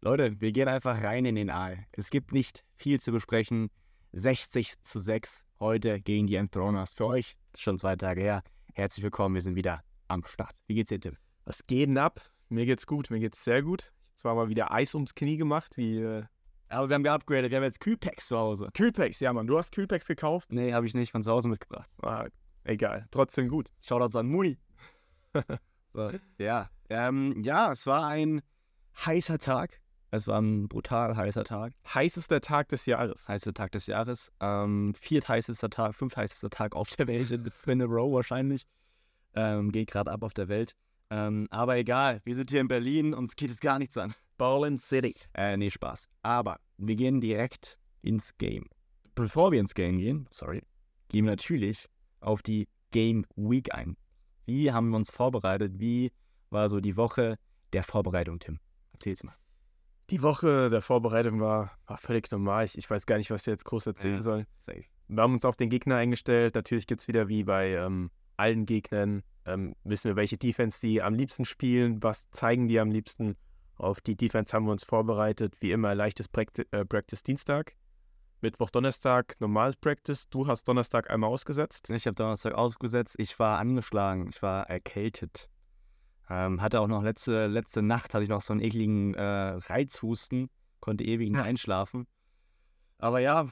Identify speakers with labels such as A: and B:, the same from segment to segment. A: Leute, wir gehen einfach rein in den Aal. Es gibt nicht viel zu besprechen. 60 zu 6 heute gegen die Enthroners. Für euch ist schon zwei Tage her. Herzlich willkommen, wir sind wieder am Start. Wie geht's dir, Tim?
B: Was geht denn ab? Mir geht's gut, mir geht's sehr gut. Ich habe zwar mal wieder Eis ums Knie gemacht, wie äh,
A: Aber wir haben geupgradet, wir haben jetzt Kühlpacks zu Hause.
B: Kühlpacks. Ja, Mann, du hast Kühlpacks gekauft?
A: Nee, habe ich nicht von zu Hause mitgebracht.
B: Ah, egal, trotzdem gut.
A: Shoutouts an Muni. so, ja. Ähm, ja, es war ein heißer Tag. Es war ein brutal heißer Tag.
B: Heißester Tag des Jahres.
A: heißester Tag des Jahres. Ähm, viertheißester Tag, fünftheißester Tag auf der Welt in, in a row wahrscheinlich. Ähm, geht gerade ab auf der Welt. Ähm, aber egal, wir sind hier in Berlin, uns geht es gar nichts an.
B: Berlin City.
A: Äh, nee, Spaß. Aber wir gehen direkt ins Game. Bevor wir ins Game gehen, sorry, gehen wir natürlich auf die Game Week ein. Wie haben wir uns vorbereitet? Wie war so die Woche der Vorbereitung, Tim? Erzähl's mal.
B: Die Woche der Vorbereitung war, war völlig normal. Ich, ich weiß gar nicht, was ich jetzt groß erzählen
A: Ja.
B: soll.
A: Safe.
B: Wir haben uns auf den Gegner eingestellt. Natürlich gibt es wieder wie bei ähm, allen Gegnern, ähm, wissen wir, welche Defense die am liebsten spielen, was zeigen die am liebsten. Auf die Defense haben wir uns vorbereitet. Wie immer, leichtes Prakt äh, Practice Dienstag. Mittwoch, Donnerstag, normales Practice. Du hast Donnerstag einmal ausgesetzt.
A: Ich habe Donnerstag ausgesetzt. Ich war angeschlagen. Ich war erkältet. Ähm, hatte auch noch letzte, letzte Nacht hatte ich noch so einen ekligen äh, Reizhusten. Konnte ewig nicht einschlafen. Aber ja,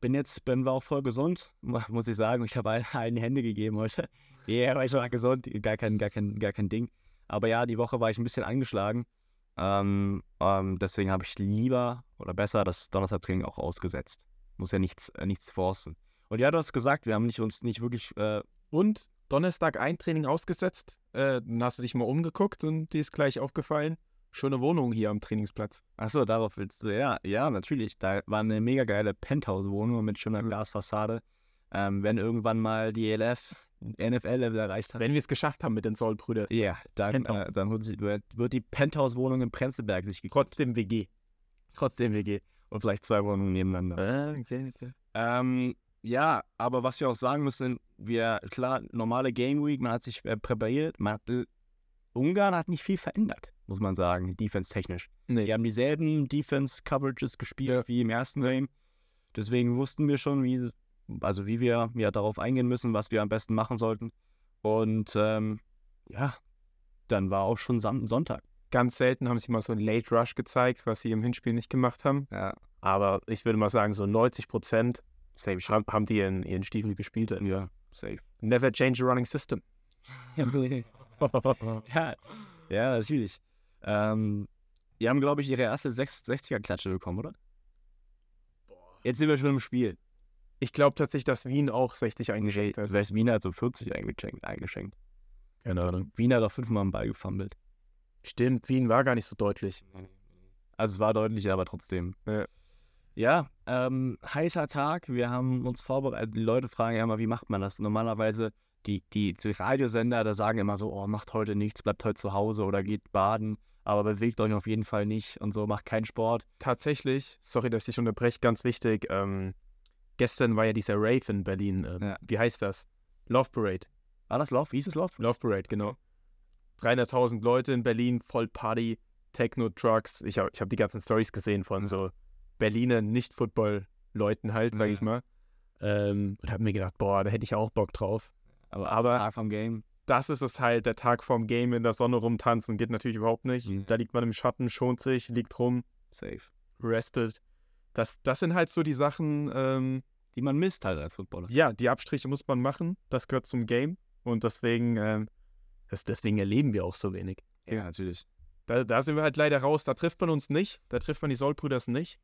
A: bin jetzt bin wir auch voll gesund, mu- muss ich sagen. Ich habe allen, allen Hände gegeben heute. Ja, yeah, ich war gesund. Gar kein, gar, kein, gar kein Ding. Aber ja, die Woche war ich ein bisschen angeschlagen. Ähm, ähm, deswegen habe ich lieber oder besser das Donnerstagtraining auch ausgesetzt. Muss ja nichts, äh, nichts forcen. Und ja, du hast gesagt, wir haben nicht, uns nicht wirklich äh,
B: Und Donnerstag ein Training ausgesetzt. Äh, dann hast du dich mal umgeguckt und dir ist gleich aufgefallen. Schöne Wohnung hier am Trainingsplatz.
A: Achso, darauf willst du, ja, ja, natürlich. Da war eine mega geile Penthouse-Wohnung mit schöner Glasfassade. Ähm, wenn irgendwann mal die ELF NFL-Level erreicht hat.
B: Wenn wir es geschafft haben mit den Soul-Brüdern.
A: Ja, dann,
B: Penthouse.
A: äh, dann wird, sie- wird wird die Penthouse-Wohnung in Prenzlberg sich gekauft.
B: Trotzdem WG.
A: Trotzdem WG. Und vielleicht zwei Wohnungen nebeneinander. Ähm, ja, aber was wir auch sagen müssen, wir, klar, normale Game Week, man hat sich äh, präpariert. Man hat, Ungarn hat nicht viel verändert, muss man sagen, defense-technisch.
B: Nee.
A: Die haben dieselben Defense-Coverages gespielt
B: Ja.
A: wie im ersten Game. Deswegen wussten wir schon, wie, also wie wir ja, darauf eingehen müssen, was wir am besten machen sollten. Und ähm, ja, dann war auch schon Sam Sonntag.
B: Ganz selten haben sie mal so einen Late Rush gezeigt, was sie im Hinspiel nicht gemacht haben.
A: Ja,
B: Aber ich würde mal sagen, so 90 Prozent
A: safe schon.
B: haben, haben die in ihren Stiefel gespielt.
A: Ja, safe.
B: Never change a running system.
A: ja, ja, natürlich. Ähm, die haben, glaube ich, ihre erste 60er-Klatsche bekommen, oder? Jetzt sind wir schon im Spiel.
B: Ich glaube tatsächlich, dass Wien auch 60 eingeschickt hat.
A: Vielleicht Wiener hat so 40 eingeschenkt. eingeschenkt.
B: Keine Ahnung.
A: Wiener hat doch fünfmal am Ball gefummelt.
B: Stimmt, Wien war gar nicht so deutlich.
A: Also es war deutlich, aber trotzdem.
B: Ja.
A: Ja, ähm, heißer Tag. Wir haben uns vorbereitet. Die Leute fragen ja immer, wie macht man das? Normalerweise die, die, die Radiosender, da sagen immer so, oh, macht heute nichts, bleibt heute zu Hause oder geht baden, aber bewegt euch auf jeden Fall nicht und so, macht keinen Sport.
B: Tatsächlich, sorry, dass ich dich unterbreche, ganz wichtig. Ähm, gestern war ja dieser Rave in Berlin. Ähm,
A: Ja.
B: Wie heißt das? Love Parade.
A: War das Lauf? Wie hieß es Lauf?
B: Love Parade, genau. 300.000 Leute in Berlin, voll Party, Techno-Trucks. Ich habe ich hab die ganzen Stories gesehen von so Berliner Nicht-Football-Leuten halt, sage ich
A: Ja.
B: mal. Ähm, und habe mir gedacht, boah, da hätte ich auch Bock drauf.
A: Aber,
B: Aber-
A: Tag vom Game.
B: Das ist es halt, der Tag vorm Game in der Sonne rumtanzen, geht natürlich überhaupt nicht.
A: Mhm.
B: Da liegt man im Schatten, schont sich, liegt rum,
A: Safe.
B: restet. Das, das sind halt so die Sachen, ähm,
A: Die man misst halt als Footballer.
B: ja, die Abstriche muss man machen. Das gehört zum Game. Und deswegen, ähm, das, deswegen erleben wir auch so wenig.
A: Ja, natürlich.
B: Da, da sind wir halt leider raus. Da trifft man uns nicht. Da trifft man die Soul-Brüders nicht.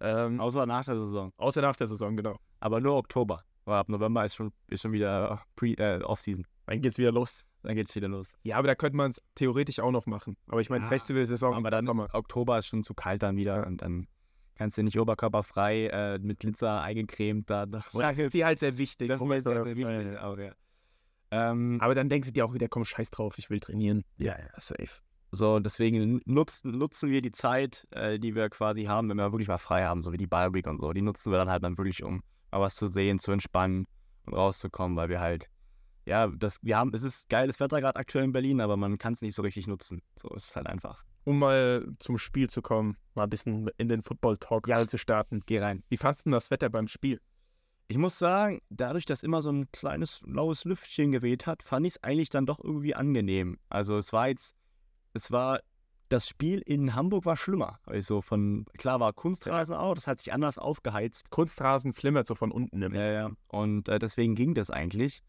B: Ähm,
A: Außer nach der Saison.
B: außer nach der Saison, genau.
A: Aber nur Oktober. Weil ab November ist schon, ist schon wieder Pre- äh, Off-Season.
B: Dann geht's wieder los.
A: Dann geht's wieder los.
B: Ja, aber da könnte man es theoretisch auch noch machen. Aber ich meine,
A: Ja,
B: Festivalsaison
A: Ah, Aber
B: ist
A: dann
B: im Sommer.
A: ist Oktober ist schon zu kalt dann wieder
B: Ja.
A: und dann kannst du nicht oberkörperfrei äh, mit Glitzer eingecremt da. da-
B: Das ist dir halt sehr wichtig.
A: das ist sehr, sehr
B: Ja.
A: wichtig. Auch, ja. ähm,
B: Aber dann denkst du dir auch wieder, komm, scheiß drauf, ich will trainieren. Ja, ja, safe.
A: so, deswegen nutzen, nutzen wir die Zeit, äh, die wir quasi haben, wenn wir wirklich mal frei haben, so wie die Bye Week und so. Die nutzen wir dann halt dann wirklich, um mal was zu sehen, zu entspannen und rauszukommen, weil wir halt, ja, das, wir haben, es ist geiles Wetter gerade aktuell in Berlin, aber man kann es nicht so richtig nutzen. So ist es halt einfach.
B: um mal zum Spiel zu kommen, mal ein bisschen in den Football-Talk
A: Ja.
B: zu starten.
A: Geh rein.
B: Wie fandst du denn das Wetter beim Spiel?
A: Ich muss sagen, dadurch, dass immer so ein kleines laues Lüftchen geweht hat, fand ich es eigentlich dann doch irgendwie angenehm. Also es war jetzt, es war, das Spiel in Hamburg war schlimmer. Also von, klar war Kunstrasen auch, das hat sich anders aufgeheizt.
B: Kunstrasen flimmert so von unten im
A: Ja, ja. Und äh, deswegen ging das eigentlich.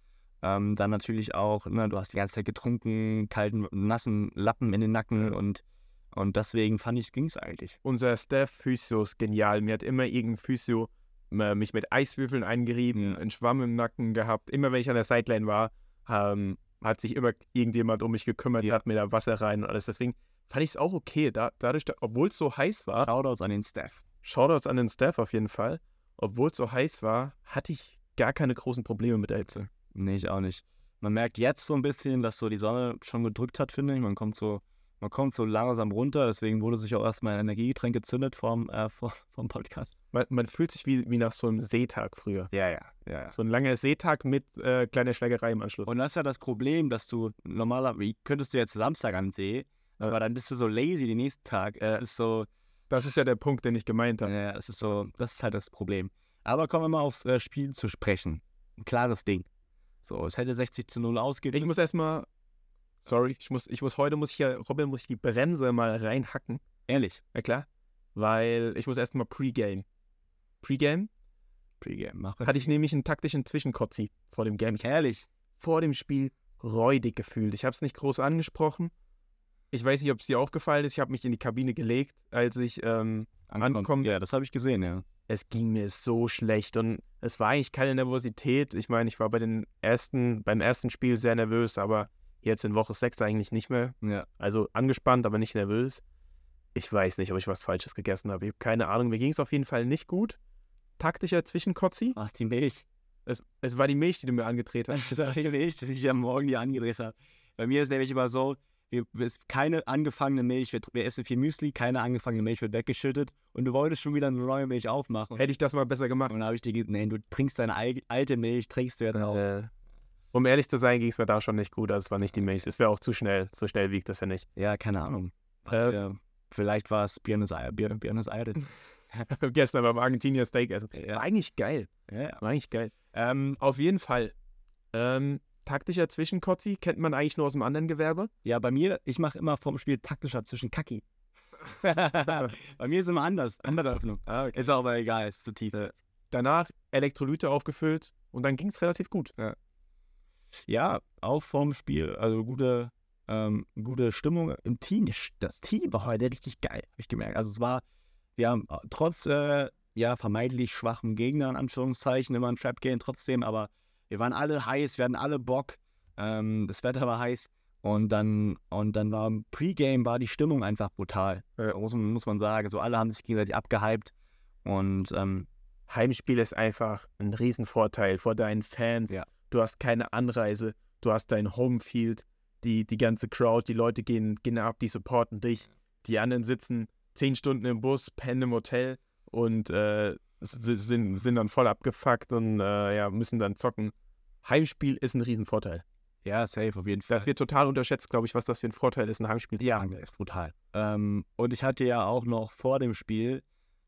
A: Ähm, dann natürlich auch, ne, du hast die ganze Zeit getrunken, kalten, nassen Lappen in den Nacken und, und deswegen fand ich, ging es eigentlich.
B: unser Staff Physio ist genial. Mir hat immer irgendein Physio äh, mich mit Eiswürfeln eingerieben,
A: Ja.
B: einen Schwamm im Nacken gehabt. Immer wenn ich an der Sideline war, ähm, hat sich immer irgendjemand um mich gekümmert,
A: Ja.
B: hat mir da Wasser rein und alles. Deswegen fand ich es auch okay. Da, dadurch, da, obwohl es so heiß war,
A: Shoutouts an den Staff.
B: Shoutouts an den Staff auf jeden Fall, obwohl es so heiß war, hatte ich gar keine großen Probleme mit der Hitze.
A: Nee, ich auch nicht. Man merkt jetzt so ein bisschen, dass so die Sonne schon gedrückt hat, finde ich. Man kommt so, man kommt so langsam runter, deswegen wurde sich auch erstmal ein Energiegetränk gezündet vom, äh, vor, vom Podcast.
B: Man, man fühlt sich wie, wie nach so einem Seetag früher.
A: Ja, ja, ja, ja.
B: So ein langer Seetag mit äh, kleiner Schlägerei im Anschluss.
A: Und das ist ja das Problem, dass du normalerweise, könntest du jetzt Samstag an den See, aber dann bist du so lazy den nächsten Tag.
B: Ja.
A: Es ist so,
B: das ist ja der Punkt, den ich gemeint habe.
A: Ja, das ist so, das ist halt das Problem. Aber kommen wir mal aufs äh, Spiel zu sprechen. Ein klares Ding. So, es hätte 60 zu 0 ausgehen
B: Ich muss erstmal. Sorry, ich muss, ich muss heute muss ich ja, Robin muss ich die Bremse mal reinhacken.
A: ehrlich.
B: Na klar. Weil ich muss erstmal Pre-Game. Pre-Game
A: Pre-Game machen.
B: hatte ich nämlich einen taktischen Zwischenkotzi vor dem Game. Ich habe
A: Herrlich.
B: vor dem Spiel räudig gefühlt. Ich habe es nicht groß angesprochen. Ich weiß nicht, ob es dir aufgefallen ist. Ich habe mich in die Kabine gelegt, als ich ähm, Ankommen.
A: Ja, das habe ich gesehen, ja.
B: es ging mir so schlecht und es war eigentlich keine Nervosität. Ich meine, ich war bei den ersten, beim ersten Spiel sehr nervös, aber jetzt in Woche 6 eigentlich nicht mehr.
A: Ja.
B: Also angespannt, aber nicht nervös. Ich weiß nicht, ob ich was Falsches gegessen habe. Ich habe keine Ahnung. Mir ging es auf jeden Fall nicht gut. Taktischer Zwischenkotzi.
A: Ach, die Milch.
B: Es, es war die Milch, die du mir angedreht hast.
A: Das ist auch die Milch, die ich am Morgen hier angedreht habe. Bei mir ist nämlich immer so, wir, wir- ist keine angefangene Milch, wir, wir essen viel Müsli, keine angefangene Milch wird weggeschüttet und du wolltest schon wieder eine neue Milch aufmachen.
B: Hätte ich das mal besser gemacht.
A: Und dann habe ich dir gesagt, nee, du trinkst deine al- alte Milch, trinkst du jetzt auch.
B: Äh, um ehrlich zu sein, ging es mir da schon nicht gut. Also es war nicht die Milch. Es wäre auch zu schnell. So schnell wiegt das ja nicht.
A: Ja, keine Ahnung. Was
B: Äh,
A: wir, vielleicht war es Buenos Aires. Buenos Aires.
B: Gestern beim Argentinier Steak essen. War
A: ja.
B: eigentlich geil.
A: Ja, ja.
B: War eigentlich geil.
A: Ähm,
B: Auf jeden Fall. Ähm, taktischer Zwischenkotzi kennt man eigentlich nur aus dem anderen Gewerbe.
A: ja, bei mir, ich mache immer vorm Spiel taktischer zwischen Kacki. bei mir ist immer anders. Andere Öffnung. Ist auch aber egal, ist zu tief.
B: Danach Elektrolyte aufgefüllt und dann ging es relativ gut.
A: Ja, auch vorm Spiel. Also gute, ähm, gute Stimmung im Team. Das Team war heute richtig geil, habe ich gemerkt. Also es war, wir haben äh, trotz äh, ja, vermeintlich schwachem Gegner, in Anführungszeichen, immer ein Trap Game trotzdem, aber wir waren alle heiß, wir hatten alle Bock. Ähm, das Wetter war heiß. Und dann, und dann war im Pre-Game war die Stimmung einfach brutal.
B: Ja.
A: So muss, man- muss man sagen. So alle haben sich gegenseitig abgehypt. Und ähm,
B: Heimspiel ist einfach ein Riesenvorteil vor deinen Fans.
A: Ja.
B: Du hast keine Anreise, du hast dein Homefield, die, die ganze Crowd, die Leute gehen, gehen ab, die supporten dich. Die anderen sitzen zehn Stunden im Bus, pennen im Hotel und äh, s- s- sind, sind dann voll abgefuckt und äh, ja, müssen dann zocken. Heimspiel ist ein Riesenvorteil.
A: ja, safe auf jeden Fall.
B: Das wird total unterschätzt, glaube ich, was das für ein Vorteil ist, ein Heimspiel zu
A: Ja,
B: haben.
A: ist brutal. Ähm, und ich hatte ja auch noch vor dem Spiel,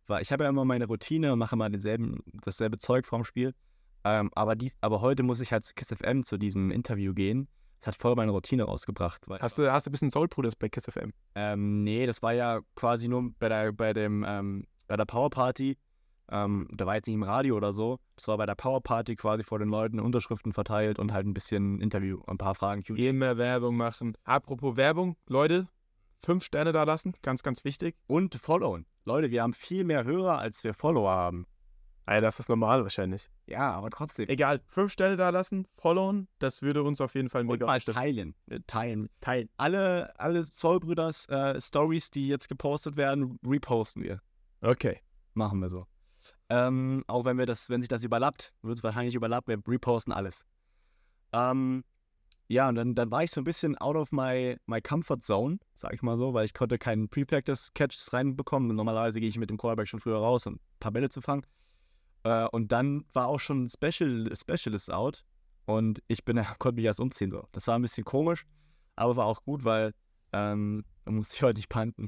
A: weil ich habe ja immer meine Routine, mache immer denselben, dasselbe Zeug vorm Spiel. Ähm, aber, die, aber heute muss ich halt zu Kiss FM zu diesem Interview gehen. Das hat voll meine Routine rausgebracht. Weil,
B: Hast du, hast du ein bisschen Soul Brothers bei Kiss FM?
A: ähm, nee, das war ja quasi nur bei der, bei dem, ähm, bei der Power Party. Ähm, da war jetzt nicht im Radio oder so. Das war bei der Power Party quasi vor den Leuten Unterschriften verteilt und halt ein bisschen Interview, ein paar Fragen.
B: Immer Werbung machen. Apropos Werbung, Leute, fünf Sterne da lassen, ganz, ganz wichtig.
A: Und followen. Leute, wir haben viel mehr Hörer, als wir Follower haben.
B: Alter, Ah das ist normal wahrscheinlich.
A: Ja, aber trotzdem.
B: Egal, fünf Sterne da lassen, followen, das würde uns auf jeden Fall
A: Und
B: mega
A: mal
B: unterstützen.
A: teilen. Äh, Teilen.
B: Teilen.
A: Alle, alle Zollbrüders äh, Stories, die jetzt gepostet werden, reposten wir.
B: Okay.
A: Machen wir so. Ähm, auch wenn wir das, wenn sich das überlappt, wird es wahrscheinlich überlappen, wir reposten alles. Ähm, ja, und dann, dann war ich so ein bisschen out of my, my comfort zone, sag ich mal so, weil ich konnte keinen Pre-Practice-Catch reinbekommen. Normalerweise gehe ich mit dem Quarterback schon früher raus, um ein paar Bälle zu fangen. Äh, und dann war auch schon ein Special, Specialist out und ich bin, konnte mich erst umziehen. So. Das war ein bisschen komisch, aber war auch gut, weil äh, Ähm, muss ich heute nicht panten.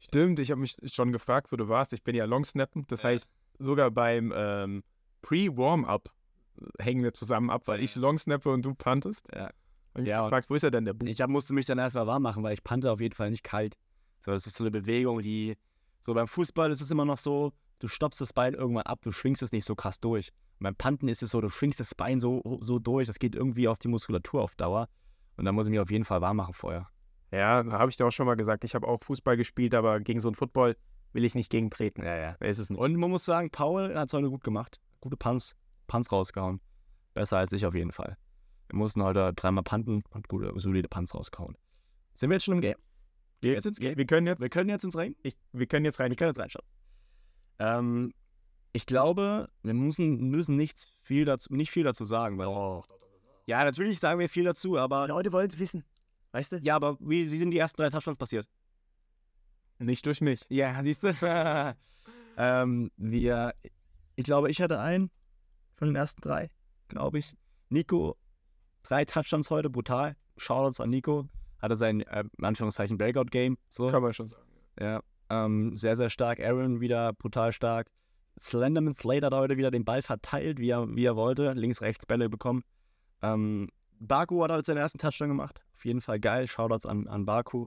B: Stimmt, ich habe mich schon gefragt, wo du warst. Ich bin ja Longsnappen. Das heißt, sogar beim ähm, Pre-Warm-Up äh, hängen wir zusammen ab, weil ich Longsnappe und du pantest.
A: Ja.
B: Und ich
A: Ja, und-
B: gefragt, wo ist er denn, der Bub?
A: Ich hab, musste mich dann erstmal warm machen, weil ich pannte auf jeden Fall nicht kalt. So, das ist so eine Bewegung, die. So beim Fußball ist es immer noch so, du stoppst das Bein irgendwann ab, du schwingst es nicht so krass durch. Und beim Panten ist es so, du schwingst das Bein so, so durch, das geht irgendwie auf die Muskulatur auf Dauer. Und dann muss ich mich auf jeden Fall warm machen vorher.
B: Ja, habe ich dir auch schon mal gesagt. Ich habe auch Fußball gespielt, aber gegen so einen Football will ich nicht gegen treten.
A: Ja, ja.
B: Da Ist es nicht.
A: Und man muss sagen, Paul hat es heute gut gemacht. Gute Punts, Punts rausgehauen. Besser als ich auf jeden Fall. Wir mussten heute dreimal panten und gute, solide Punts rausgehauen. Sind wir jetzt schon im Game?
B: Wir,
A: Jetzt ins Game.
B: wir können jetzt,
A: Wir können jetzt ins Ring.
B: ich, wir können jetzt rein.
A: Ich kann jetzt reinschauen. Ähm, ich glaube, wir müssen, müssen nichts viel dazu, nicht viel dazu sagen, weil. Ja, natürlich sagen wir viel dazu, aber.
B: Leute wollen es wissen. Weißt du?
A: Ja, aber wie, wie sind die ersten drei Touchdowns passiert?
B: Nicht durch mich.
A: Ja, siehst du? ähm, wir. Ich glaube, ich hatte einen von den ersten drei, glaube ich. Nico, drei Touchdowns heute, brutal. Shoutouts an Nico. Hatte sein, äh, in Anführungszeichen, Breakout-Game. So.
B: Kann man schon sagen.
A: Ja, ähm, sehr, sehr stark. Aaron wieder brutal stark. Slenderman Slade hat heute wieder den Ball verteilt, wie er, wie er wollte. Links, rechts Bälle bekommen. Ähm, Baku hat heute seinen ersten Touchdown gemacht. Auf jeden Fall geil. Shoutouts an, an Baku.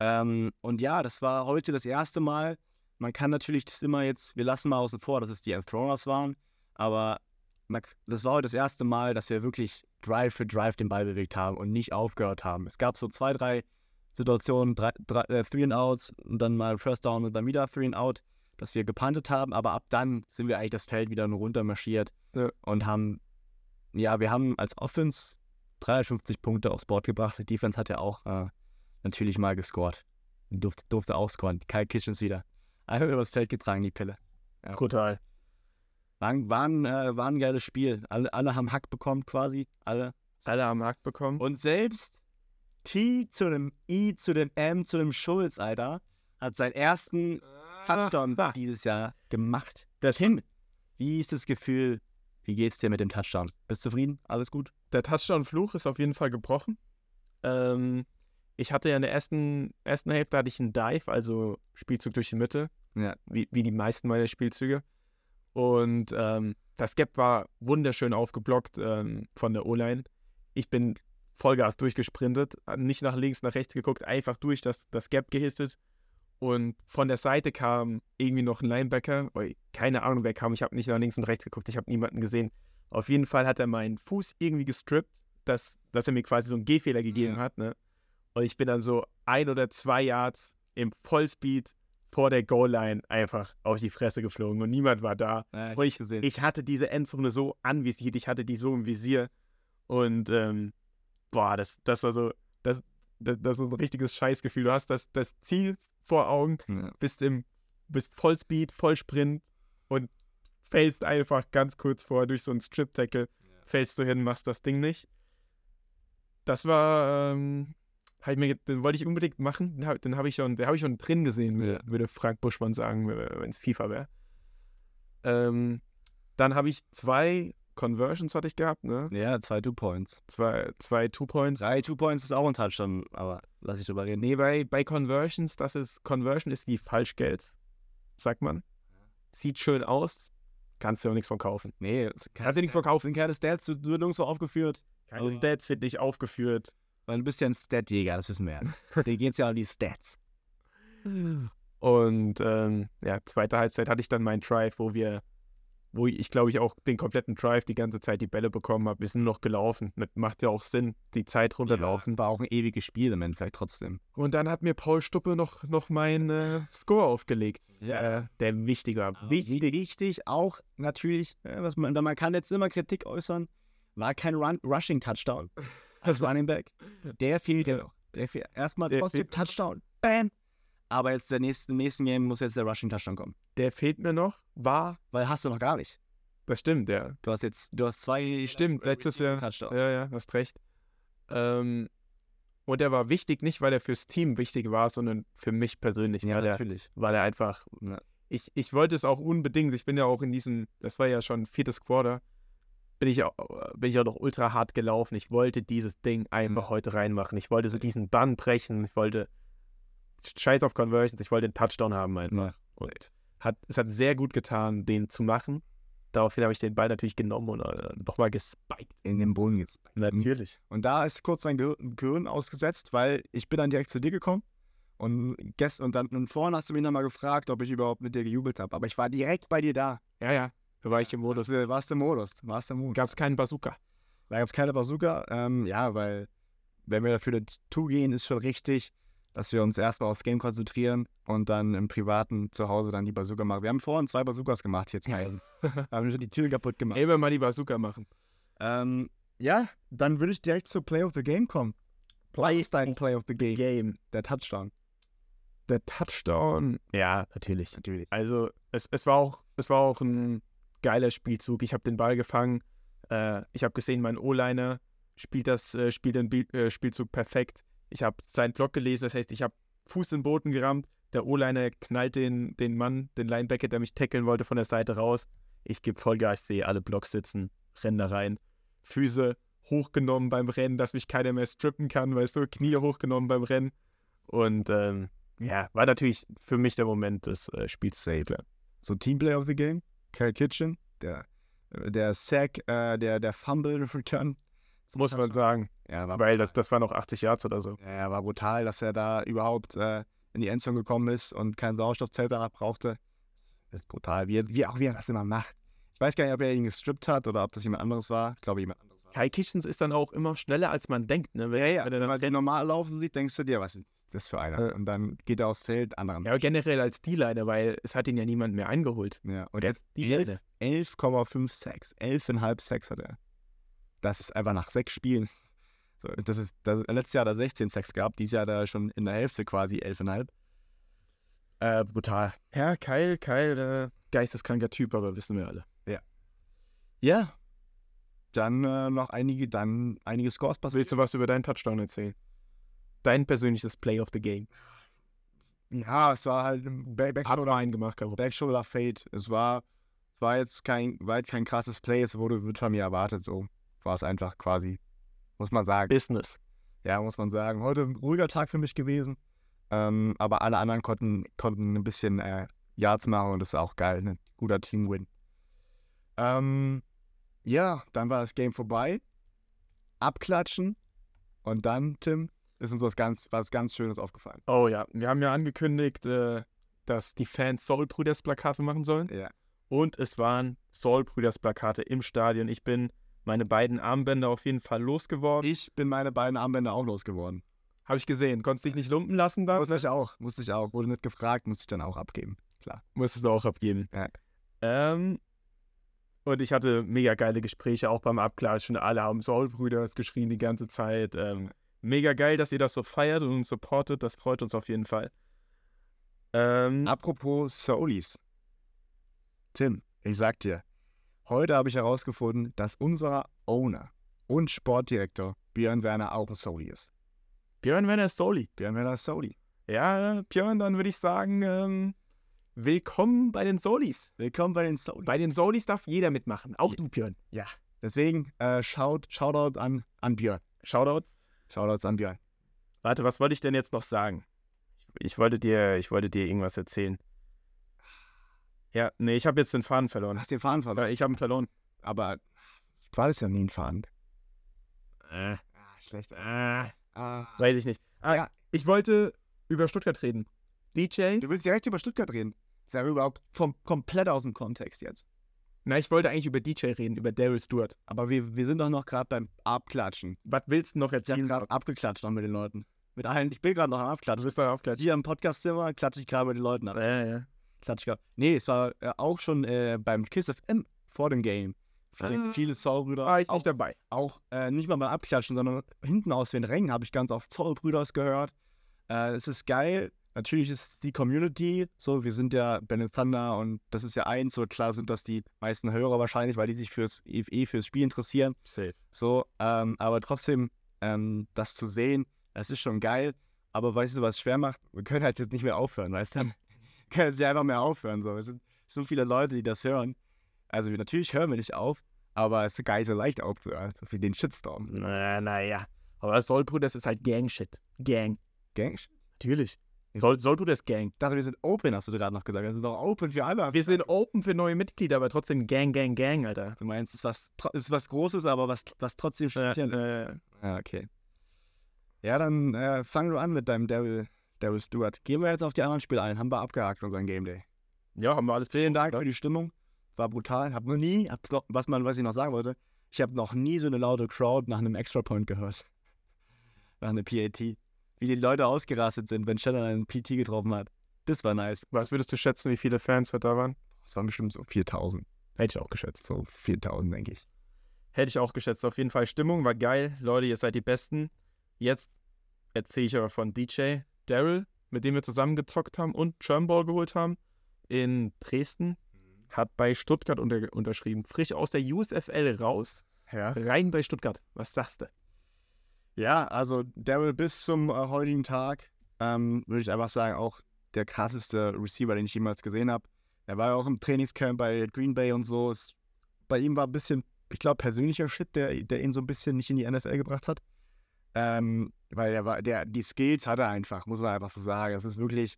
A: Ähm, und ja, das war heute das erste Mal. Man kann natürlich das immer jetzt, wir lassen mal außen vor, dass es die Enthroners waren, aber man, k- das war heute das erste Mal, dass wir wirklich Drive für Drive den Ball bewegt haben und nicht aufgehört haben. Es gab so zwei, drei Situationen, drei, drei, äh, Three and Outs und dann mal First Down und dann wieder Three and Out, dass wir gepantet haben, aber ab dann sind wir eigentlich das Feld wieder nur runtermarschiert
B: Ja.
A: und haben, ja, wir haben als Offense 53 Punkte aufs Board gebracht. Die Defense hat ja auch äh, natürlich mal gescored. Durfte, durfte auch scoren. Kyle Kitchens wieder. Einmal übers Feld getragen, die Pille. Ja.
B: Brutal.
A: War, ein- war, ein, äh, war ein geiles Spiel. Alle, alle haben Hack bekommen quasi. Alle.
B: Alle am Markt bekommen.
A: Und selbst T zu dem I zu dem M zu dem Schulz, Alter, hat seinen ersten Touchdown
B: Ah,
A: dieses Jahr gemacht.
B: Das-
A: Tim, wie ist das Gefühl? Wie geht's dir mit dem Touchdown? Bist du zufrieden? Alles gut?
B: der Touchdown-Fluch ist auf jeden Fall gebrochen. Ähm, ich hatte ja in der ersten, ersten Hälfte hatte ich einen Dive, also Spielzug durch die Mitte,
A: Ja.
B: wie, wie die meisten meiner Spielzüge. Und ähm, das Gap war wunderschön aufgeblockt ähm, von der O-Line. Ich bin Vollgas durchgesprintet, nicht nach links, nach rechts geguckt, einfach durch das, das Gap gehittet. Und von der Seite kam irgendwie noch ein Linebacker. Ui, Keine Ahnung, wer kam. Ich habe nicht nach links und rechts geguckt. Ich habe niemanden gesehen. Auf jeden Fall hat er meinen Fuß irgendwie gestrippt, dass, dass er mir quasi so einen Gehfehler gegeben
A: Ja.
B: hat. Ne? Und ich bin dann so ein oder zwei Yards im Vollspeed vor der Goal-Line einfach auf die Fresse geflogen und niemand war da.
A: Ja,
B: hab ich
A: gesehen.
B: Ich hatte diese Endzone so anvisiert, ich hatte die so im Visier und ähm, boah, das, das war so, das, das, das war so ein richtiges Scheißgefühl. Du hast das, das Ziel vor Augen,
A: Ja.
B: bist im, bist Vollspeed, Vollsprint und fällst einfach ganz kurz vor durch so einen Strip-Tackle, fällst du hin, machst das Ding nicht. Das war, ähm, hab ich mir, ge- den wollte ich unbedingt machen, den habe den hab ich, schon- den hab ich schon drin gesehen, würde, würde Frank Buschmann sagen, wenn es FIFA wäre. Ähm, dann habe ich zwei Conversions hatte ich gehabt, ne?
A: ja, zwei Two Points.
B: Zwei, zwei Two-Points.
A: Drei Two Points ist auch ein Touchdown, aber lass ich drüber reden.
B: Nee, bei, bei Conversions, das ist, Conversion ist wie Falschgeld, sagt man. Sieht schön aus, kannst dir auch nichts von kaufen.
A: Nee, es
B: Kannst dir nichts verkaufen.
A: sind keine Stats, du wirst nirgendwo aufgeführt.
B: Keine
A: Aber-
B: Also Stats wird nicht aufgeführt.
A: Weil du bist ja ein Stat-Jäger, das wissen wir ja. Dir geht's ja um die Stats.
B: Und ähm, ja, zweite Halbzeit hatte ich dann meinen Drive, wo wir, wo ich glaube ich auch den kompletten Drive die ganze Zeit die Bälle bekommen habe. Wir sind nur noch gelaufen. Das macht ja auch Sinn, die Zeit runterlaufen.
A: Ja, es war auch ein ewiges Spiel im Endeffekt trotzdem.
B: Und dann hat mir Paul Stuppe noch, noch meinen äh, Score aufgelegt.
A: Ja.
B: Äh, der wichtiger. Wichtig.
A: Wichtig. Wichtig auch natürlich, äh, was man, man kann jetzt immer Kritik äußern, war kein Run, Rushing Touchdown als Running Back. Der fehlt ja noch. Der fehlt. Erstmal
B: Der
A: trotzdem
B: fehlt.
A: Touchdown. Bam! Aber jetzt der nächste, im nächsten Game muss jetzt der Rushing Touchdown kommen.
B: Der fehlt mir noch. War.
A: Weil hast du noch gar nicht.
B: Das stimmt, ja.
A: Du hast jetzt, du hast zwei
B: Stimmt, letztes Jahr.
A: Touchdowns.
B: Ja, ja, hast recht. Ähm, und der war wichtig, nicht weil er fürs Team wichtig war, sondern für mich persönlich.
A: Ja,
B: weil der,
A: natürlich.
B: weil er einfach.
A: Ja.
B: Ich, ich wollte es auch unbedingt. Ich bin ja auch in diesem, das war ja schon viertes Quarter. bin ich, auch, bin ich auch noch ultra hart gelaufen. Ich wollte dieses Ding einfach
A: Mhm.
B: heute reinmachen. Ich wollte so diesen Bann brechen. Ich wollte Scheiß auf Conversions. Ich wollte den Touchdown haben einfach.
A: Ja.
B: Und hat, es hat sehr gut getan, den zu machen. Daraufhin habe ich den Ball natürlich genommen und äh, nochmal gespiked.
A: In den Boden jetzt.
B: Natürlich.
A: Und da ist kurz dein Gehir- Gehirn ausgesetzt, weil ich bin dann direkt zu dir gekommen und gestern und dann und vorhin hast du mich nochmal gefragt, ob ich überhaupt mit dir gejubelt habe. Aber ich war direkt bei dir da.
B: Ja, ja. Da war ich im Modus.
A: Warst du, warst im Modus. Warst im Modus.
B: Gab es keinen Bazooka.
A: Da gab es keine Bazooka. Ähm, ja, weil wenn wir dafür dazu gehen, ist schon richtig, dass wir uns erstmal aufs Game konzentrieren und dann im privaten zu Hause dann die Bazooka machen. Wir haben vorhin zwei Bazookas gemacht hier zu Hause. haben schon die Tür kaputt gemacht.
B: Immer mal die Bazooka machen.
A: Ähm, ja, dann würde ich direkt zu Play of the Game kommen. Play ist dein Play of the Game.
B: Game.
A: Der Touchdown.
B: Der Touchdown. Ja, natürlich.
A: Natürlich.
B: Also es, es, war auch, es war auch ein geiler Spielzug. Ich habe den Ball gefangen. Äh, ich habe gesehen, mein O-Liner spielt, das, äh, spielt den Bi äh, Spielzug perfekt. Ich habe seinen Block gelesen. Das heißt, ich habe Fuß in den Boden gerammt. Der O-Liner knallt den, den Mann, den Linebacker, der mich tackeln wollte, von der Seite raus. Ich gebe Vollgas, sehe alle Blocks sitzen, renn da rein. Füße hochgenommen beim Rennen, dass mich keiner mehr strippen kann, weißt du, Knie hochgenommen beim Rennen. Und ähm, ja, war natürlich für mich der Moment des äh, Spiels.
A: Safe. So Teamplay of the Game. Kyle Kitchen, der, der Sack, äh, der, der Fumble Return.
B: Muss man sagen,
A: Ja, war,
B: weil das, das waren noch 80 Yards oder so.
A: ja, war brutal, dass er da überhaupt äh, in die Endzone gekommen ist und kein Sauerstoffzelt danach brauchte. Das ist brutal, wie, er- wie, auch wie er das immer macht. Ich weiß gar nicht, ob er ihn gestrippt hat oder ob das jemand anderes war. Ich glaube, jemand anderes war.
B: Kai Kitchens ist dann auch immer schneller, als man denkt. Ne? Wenn,
A: Ja, ja, wenn
B: Wenn er dann
A: man den normal laufen sieht, denkst du dir, was ist das für einer?
B: Ja.
A: Und dann geht er aufs Feld, anderen.
B: ja, aber generell als D-Liner, weil es hat ihn ja niemand mehr eingeholt.
A: Ja, und
B: Der-
A: jetzt
B: die
A: elf-
B: Hände.
A: 11,5 Sacks. 11,5 Sacks hat er. Das ist einfach nach sechs Spielen. So, das ist, das, letztes Jahr hat er 16 Sacks gehabt, dieses Jahr hat er schon in der Hälfte quasi 11,5. Äh, brutal.
B: Ja, Kyle, Kyle, äh, geisteskranker Typ, aber wissen wir alle.
A: Ja. Dann äh, noch einige, dann einige Scores passiert.
B: Willst du was über deinen Touchdown erzählen? Dein persönliches Play of the Game.
A: Ja, es war halt ein Back-
B: Hast
A: Backshoulder
B: du einen gemacht, Karo?
A: Backshoulder Fade. Es war, es war jetzt kein, war jetzt kein krasses Play, es wurde wird von mir erwartet, so war es einfach quasi, muss man sagen.
B: Business.
A: Ja, muss man sagen. Heute ein ruhiger Tag für mich gewesen, ähm, aber alle anderen konnten, konnten ein bisschen äh, Yards machen und das ist auch geil, ein guter Team-Win. Ähm, ja, dann war das Game vorbei, abklatschen und dann, Tim, ist uns was ganz, was ganz Schönes aufgefallen.
B: Oh ja, wir haben ja angekündigt, äh, dass die Fans Soul Brüders Plakate machen sollen.
A: Ja.
B: Und es waren Soul Brüders Plakate im Stadion. Ich bin meine beiden Armbänder auf jeden Fall losgeworden.
A: Ich bin meine beiden Armbänder auch losgeworden.
B: Habe ich gesehen. Konntest dich nicht lumpen lassen da?
A: Musste ich auch, musste ich auch. Wurde nicht gefragt, musste ich dann auch abgeben. Klar.
B: Musstest du auch abgeben.
A: Ja.
B: Ähm, und ich hatte mega geile Gespräche auch beim Abklatschen. Alle haben Soul Brüders geschrien die ganze Zeit. Ähm, mega geil, dass ihr das so feiert und uns supportet. Das freut uns auf jeden Fall.
A: Hm.
B: Ähm,
A: Apropos Solis. Tim, ich sag dir, heute habe ich herausgefunden, dass unser Owner und Sportdirektor Björn Werner auch ein Soli ist.
B: Björn Werner ist Soli.
A: Björn Werner ist Soli.
B: Ja, Björn, dann würde ich sagen, ähm, willkommen bei den Solis.
A: Willkommen bei den Solis.
B: Bei den Solis darf jeder mitmachen, auch du, Björn.
A: ja. Deswegen, äh, shout, Shoutout an, an Björn.
B: Shoutouts.
A: Shoutouts an Björn.
B: Warte, was wollte ich denn jetzt noch sagen? Ich, ich wollte dir, ich wollte dir irgendwas erzählen. Ja, nee, ich habe jetzt den Faden
A: Du
B: verloren.
A: hast den Faden
B: Ja,
A: verloren.
B: Ich habe ihn verloren.
A: Aber war das ja nie ein Faden.
B: Äh,
A: Ah, schlecht.
B: äh,
A: Ah.
B: weiß ich nicht. Ah,
A: Ja.
B: Ich wollte über Stuttgart reden. DJ?
A: Du willst direkt über Stuttgart reden. Ist ja überhaupt vom, komplett aus dem Kontext jetzt.
B: Na, ich wollte eigentlich über DJ reden, über Daryl Stewart.
A: Aber wir, wir sind doch noch gerade beim Abklatschen.
B: Was willst du
A: Ich
B: noch
A: habe
B: erzählen?
A: gerade abgeklatscht noch mit den Leuten. Mit allen, ich bin gerade noch am
B: du
A: Abklatschen.
B: bist doch aufgeklärt.
A: Hier im Podcastzimmer klatsche ich gerade mit den Leuten ab.
B: Ja, ja.
A: Klatsche ich grad. Nee, es war äh, auch schon äh, beim Kiss FM vor dem Game. Viele,
B: Ah.
A: viele Soulbrüder.
B: War ich
A: auch
B: nicht dabei.
A: auch äh, nicht mal beim Abklatschen, sondern hinten aus den Rängen habe ich ganz oft Zollbrüders gehört. Äh, es ist geil. Natürlich ist die Community so, wir sind ja Ben Thunder und das ist ja eins, so klar sind das die meisten Hörer wahrscheinlich, weil die sich fürs eh fürs Spiel interessieren.
B: Safe.
A: So, ähm, aber trotzdem, ähm, das zu sehen, das ist schon geil. Aber weißt du, was es schwer macht? Wir können halt jetzt nicht mehr aufhören, weißt du? Wir können jetzt nicht einfach mehr aufhören. So. Es sind so viele Leute, die das hören. Also wir- natürlich hören wir nicht auf, Aber es ist gar nicht so leicht aufzuhören, für den Shitstorm.
B: Na, naja. Aber Soul Bruders ist halt Gang-Shit. Gang.
A: Gang? Ich
B: Natürlich. Soll, Soul Bruders Gang.
A: dachte, wir sind open, hast du gerade noch gesagt. Wir sind doch open für alle. hast
B: Wir
A: du
B: sind open für neue Mitglieder, aber trotzdem Gang, Gang, Gang, Alter.
A: Du meinst, es ist was, tro- es ist was Großes, aber was, was trotzdem speziell ist.
B: Äh, äh,
A: Ja, okay. Ja, dann äh, fang du an mit deinem Devil, Devil Stewart. Gehen wir jetzt auf die anderen Spiele ein. Haben wir abgehakt unseren Game Day.
B: ja, haben wir alles.
A: Vielen Dank für die Stimmung. War brutal. Hab noch nie, hab's noch, was, man, was ich noch sagen wollte, ich habe noch nie so eine laute Crowd nach einem Extra Point gehört. Nach einem PAT. Wie die Leute ausgerastet sind, wenn Shannon einen PT getroffen hat. Das war nice.
B: Was würdest du schätzen, wie viele Fans heute da waren?
A: Das waren bestimmt so 4000.
B: Hätte ich auch geschätzt.
A: So 4000, denke ich.
B: Hätte ich auch geschätzt. Auf jeden Fall Stimmung war geil. Leute, ihr seid die Besten. Jetzt erzähle ich aber von DJ Daryl, mit dem wir zusammen gezockt haben und Turnball geholt haben in Dresden. Hat bei Stuttgart unter unterschrieben. Frisch aus der USFL raus,
A: Ja.
B: rein bei Stuttgart. Was sagst du?
A: Ja, also Daryl bis zum äh, heutigen Tag ähm, würde ich einfach sagen, auch der krasseste Receiver, den ich jemals gesehen habe. Er war ja auch im Trainingscamp bei Green Bay und so. Es, bei ihm war ein bisschen, ich glaube, persönlicher Shit, der, der ihn so ein bisschen nicht in die NFL gebracht hat. Ähm, weil er war, der, die Skills hat er einfach, muss man einfach so sagen. Es ist wirklich,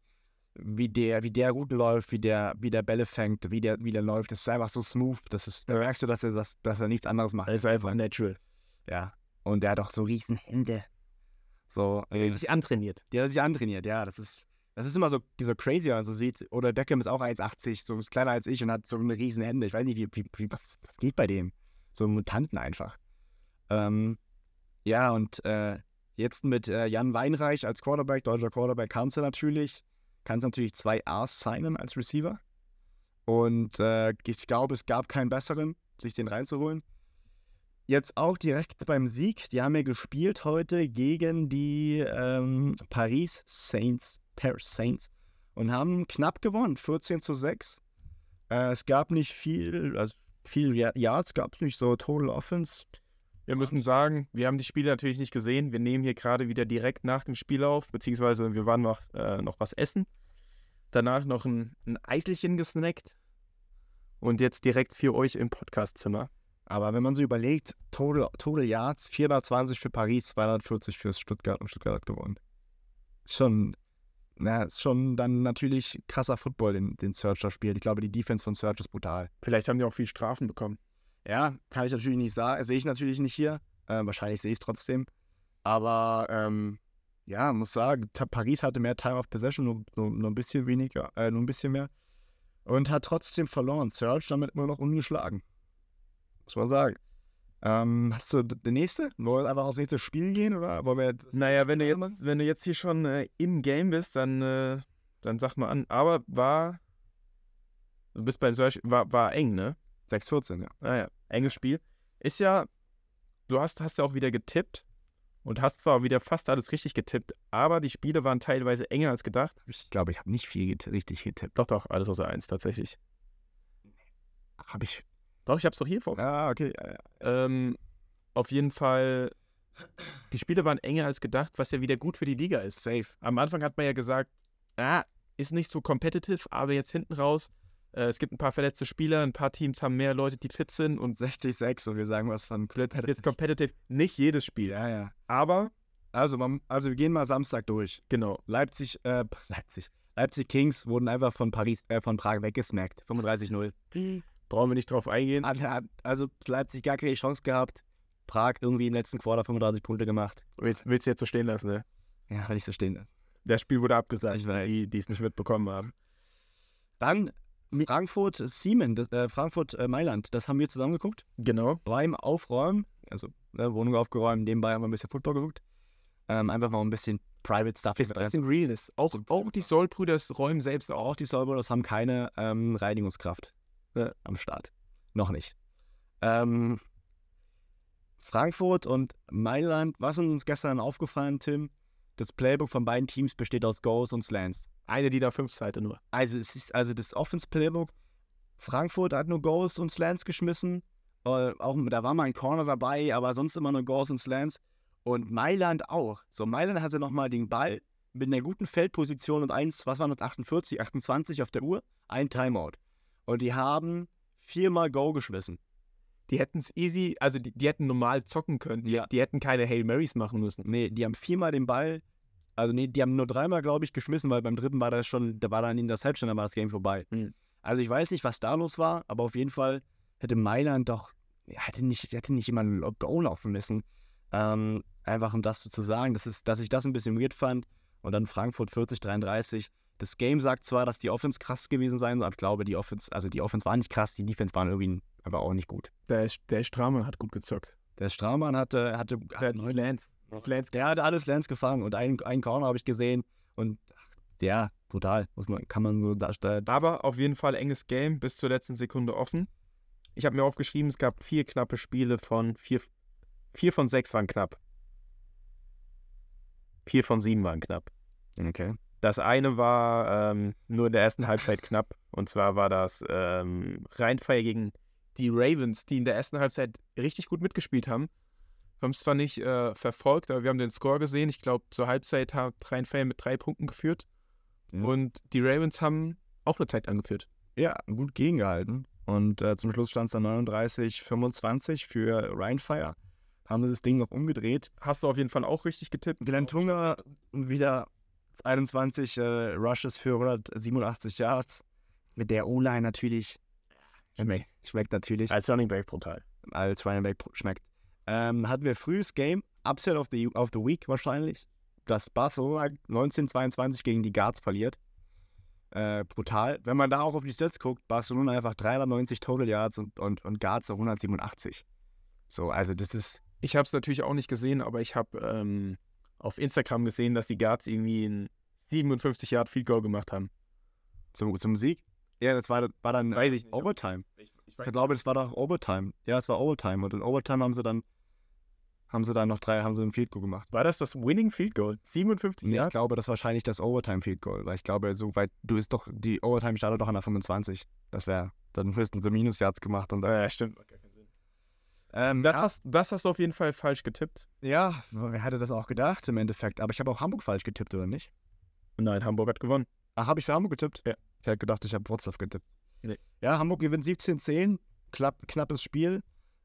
A: wie der, wie der gut läuft, wie der, wie der Bälle fängt, wie der, wie der läuft. Das ist einfach so smooth. Das ist, da merkst du, dass er, das, dass er nichts anderes macht.
B: Das ist einfach natural.
A: Ja. Und der hat auch so riesen Hände. So, äh,
B: Sich antrainiert.
A: der hat sich antrainiert, ja. Das ist, das ist immer so, so crazy, wenn man so sieht. Oder Beckham ist auch 1,80, so ist kleiner als ich und hat so eine riesen Hände. Ich weiß nicht, wie, wie, wie was, was geht bei dem? So Mutanten einfach. Ähm, ja, und äh, jetzt mit äh, Jan Weinreich als Quarterback, deutscher Quarterback, kannst du natürlich, kannst natürlich zwei Rs signen als Receiver. Und äh, ich glaube, es gab keinen besseren, sich den reinzuholen. Jetzt auch direkt beim Sieg. Die haben ja gespielt heute gegen die ähm, Paris Saints, Paris Saints und haben knapp gewonnen, 14 zu 6. Äh, es gab nicht viel, also viel Ja- Yards gab es nicht, so Total Offense.
B: Wir müssen sagen, wir haben die Spiele natürlich nicht gesehen. Wir nehmen hier gerade wieder direkt nach dem Spiel auf, beziehungsweise wir waren noch, äh, noch was essen. Danach noch ein, ein Eiselchen gesnackt. Und jetzt direkt für euch im Podcastzimmer.
A: Aber wenn man so überlegt, Total, Total Yards, 420 für Paris, 240 für Stuttgart und Stuttgart hat gewonnen. Ist Schon, na, ist schon dann natürlich krasser Football, den, den Searcher spielt. Ich glaube, die Defense von Search ist brutal.
B: Vielleicht haben die auch viel Strafen bekommen.
A: Ja, kann ich natürlich nicht sagen. Sehe ich natürlich nicht hier. Äh, wahrscheinlich sehe ich es trotzdem. Aber ähm, ja, muss sagen, Ta- Paris hatte mehr Time of Possession, nur, nur, nur ein bisschen weniger, äh, nur ein bisschen mehr. Und hat trotzdem verloren. Serge damit immer noch ungeschlagen. Muss man sagen. Ähm, hast du d- den nächste? Wollen wir einfach aufs nächste Spiel gehen oder wollen wir jetzt.
B: Naja, wenn du
A: Strafen
B: jetzt, wenn du jetzt hier schon äh, im Game bist, dann, äh, dann sag mal an. Aber war. Du bist beim Search, war, war eng, ne?
A: 6-14, ja.
B: Naja, enges Spiel. Ist ja, du hast, hast ja auch wieder getippt und hast zwar wieder fast alles richtig getippt, aber die Spiele waren teilweise enger als gedacht.
A: Ich glaube, ich habe nicht viel get richtig getippt.
B: Doch, doch, alles außer eins tatsächlich.
A: Habe ich.
B: Doch, ich hab's doch hier vor.
A: Ah, okay. ja, ja.
B: Ähm, auf jeden Fall, die Spiele waren enger als gedacht, was ja wieder gut für die Liga ist.
A: Safe.
B: Am Anfang hat man ja gesagt, ah, ist nicht so competitive, aber jetzt hinten raus, äh, es gibt ein paar verletzte Spieler, ein paar Teams haben mehr Leute, die fit sind und
A: 60-6 und wir sagen was von.
B: plötzlich jetzt competitive. Nicht jedes Spiel,
A: Ja, ja.
B: aber
A: Also, man, also wir gehen mal Samstag durch.
B: genau.
A: Leipzig, äh, Leipzig. Leipzig Kings wurden einfach von Paris, äh, von Prag weggesnackt. 35-0.
B: Brauchen wir nicht drauf eingehen.
A: Hat- hat- Also Leipzig gar keine Chance gehabt. Prag irgendwie im letzten Quarter 35 Punkte gemacht.
B: Willst, willst du jetzt so stehen lassen, ne?
A: Ja, wenn ich so stehen lasse.
B: Das Spiel wurde abgesagt,
A: Ich weiß.
B: die die es nicht mitbekommen haben.
A: Dann Frankfurt Siemen, das, äh, Frankfurt äh, Mailand. Das haben wir zusammengeguckt.
B: Genau.
A: beim Aufräumen, also ne, Wohnung aufgeräumt, nebenbei haben wir ein bisschen Football geguckt. Ähm, einfach mal ein bisschen Private Stuff. Ist ein bisschen Realness.
B: Auch, auch die Soul-Brüders räumen selbst
A: auch
B: auf.
A: die Soulballers haben keine ähm, Reinigungskraft ne,
B: Ja.
A: am Start. Noch nicht. Ähm, Frankfurt und Mailand, was ist uns gestern aufgefallen, Tim? Das Playbook von beiden Teams besteht aus Goals und Slants.
B: Eine DIN A5-Seite nur.
A: Also es ist also das Offense-Playbook. Frankfurt hat nur Goals und Slants geschmissen. Äh, auch, da war mal ein Corner dabei, aber sonst immer nur Goals und Slants. Und Mailand auch. So, Mailand hatte nochmal den Ball mit einer guten Feldposition und eins, was waren das, 48, 28 auf der Uhr, ein Timeout. Und die haben viermal Go geschmissen.
B: die hätten es easy, also die, die hätten normal zocken können. Die,
A: Ja.
B: die hätten keine Hail Marys machen müssen.
A: Nee, die haben viermal den Ball, also nee, die haben nur dreimal, glaube ich, geschmissen, weil beim dritten war das schon, da war dann Interception, dann war das Game vorbei.
B: Mhm.
A: Also ich weiß nicht, was da los war, aber auf jeden Fall hätte Mailand doch, hätte nicht, hätte nicht immer einen Go laufen müssen. Ähm, einfach um das so zu sagen, das ist, dass ich das ein bisschen weird fand. Und dann Frankfurt 40-33. Das Game sagt zwar, dass die Offense krass gewesen sein soll, aber ich glaube, die Offense, also die Offense war nicht krass, die Defense waren irgendwie aber auch nicht gut.
B: Der, der Strahmann hat gut gezockt.
A: Der Straumann hatte, hatte,
B: Der
A: hatte
B: hat Lance. Lance
A: der hat alles Lance gefangen und einen, einen Corner habe ich gesehen und ach, ja, brutal. Muss man, kann man so darstellen.
B: Aber auf jeden Fall enges Game, bis zur letzten Sekunde offen. Ich habe mir aufgeschrieben, es gab vier knappe Spiele von vier, vier von sechs waren knapp. Vier von sieben waren knapp.
A: Okay.
B: Das eine war ähm, nur in der ersten Halbzeit knapp. Und zwar war das ähm, Rheinfeier gegen die Ravens, die in der ersten Halbzeit richtig gut mitgespielt haben. Wir haben es zwar nicht äh, verfolgt, aber wir haben den Score gesehen. Ich glaube, zur Halbzeit hat Rheinfeier mit drei Punkten geführt.
A: Ja.
B: Und die Ravens haben auch eine Zeit angeführt.
A: Ja, gut gegengehalten. Und äh, zum Schluss stand es dann 39, 25 für Rheinfire. Haben sie das Ding noch umgedreht.
B: hast du auf jeden Fall auch richtig getippt.
A: Glenn Tunga wieder 21 äh, Rushes für 187 Yards. Mit der O-Line natürlich. Schmeckt, schmeckt natürlich.
B: Als Running Back brutal.
A: als Running Back schmeckt. Ähm, hatten wir frühes Game, Upset of the, of the Week wahrscheinlich, dass Barcelona 1922 gegen die Guards verliert. Äh, brutal. Wenn man da auch auf die Stats guckt, Barcelona einfach 390 Total Yards und, und, und Guards so 187. So, also das ist,
B: Ich habe es natürlich auch nicht gesehen, aber ich habe ähm, auf Instagram gesehen, dass die Guards irgendwie ein 57 Yard Field Goal gemacht haben.
A: zum, zum Sieg. Ja, das war, war dann
B: Weiß ich nicht, ob-
A: Overtime. Ich glaube, das war doch Overtime. Ja, es war Overtime. Und in Overtime haben sie dann, haben sie dann noch drei, haben sie einen Field Goal gemacht.
B: War das das Winning Field Goal? 57
A: Ja, ich
B: Yard?
A: glaube, das ist wahrscheinlich das Overtime-Field-Goal, weil ich glaube, so weit, du ist doch, die Overtime startet doch an der 25. Das wäre, dann müssten sie Minusjahrs gemacht und
B: Ah, Ja, stimmt.
A: ähm,
B: Das hast, das hast du auf jeden Fall falsch getippt.
A: ja, wer hätte das auch gedacht im Endeffekt, aber ich habe auch Hamburg falsch getippt, oder nicht?
B: Nein, Hamburg hat gewonnen.
A: Ach, habe ich für Hamburg getippt?
B: Ja.
A: Ich hätte gedacht, ich habe Wroclaw getippt.
B: Nee.
A: Ja, Hamburg gewinnt 17-10, knapp, knappes Spiel.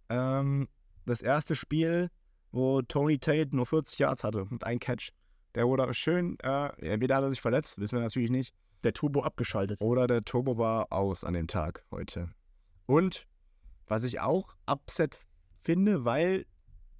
A: Ähm, das erste Spiel, wo Tony Tate nur 40 Yards hatte und ein Catch. Der wurde schön, äh, entweder hat er sich verletzt, wissen wir natürlich nicht.
B: Der Turbo abgeschaltet.
A: Oder der Turbo war aus an dem Tag heute. Und was ich auch upset finde, weil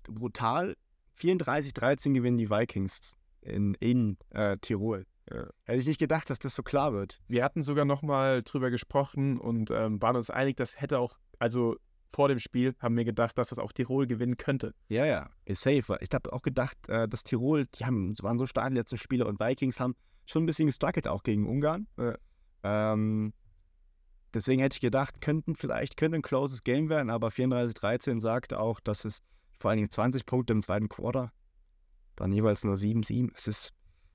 A: brutal 34-13 gewinnen die Vikings in, in äh, Tirol.
B: Ja.
A: Hätte ich nicht gedacht, dass das so klar wird.
B: Wir hatten sogar nochmal drüber gesprochen und ähm, waren uns einig, das hätte auch, also vor dem Spiel haben wir gedacht, dass das auch Tirol gewinnen könnte.
A: Ja, ja. Ist safe. Ich habe auch gedacht, äh, dass Tirol, die haben, waren so stark die letzten Spiele und Vikings haben schon ein bisschen gestruggelt auch gegen Ungarn.
B: Ja.
A: Ähm, deswegen hätte ich gedacht, könnten vielleicht könnte ein closes Game werden, aber 34-13 sagt auch, dass es vor allen Dingen 20 Punkte im zweiten Quarter, dann jeweils nur 7-7. Es ist,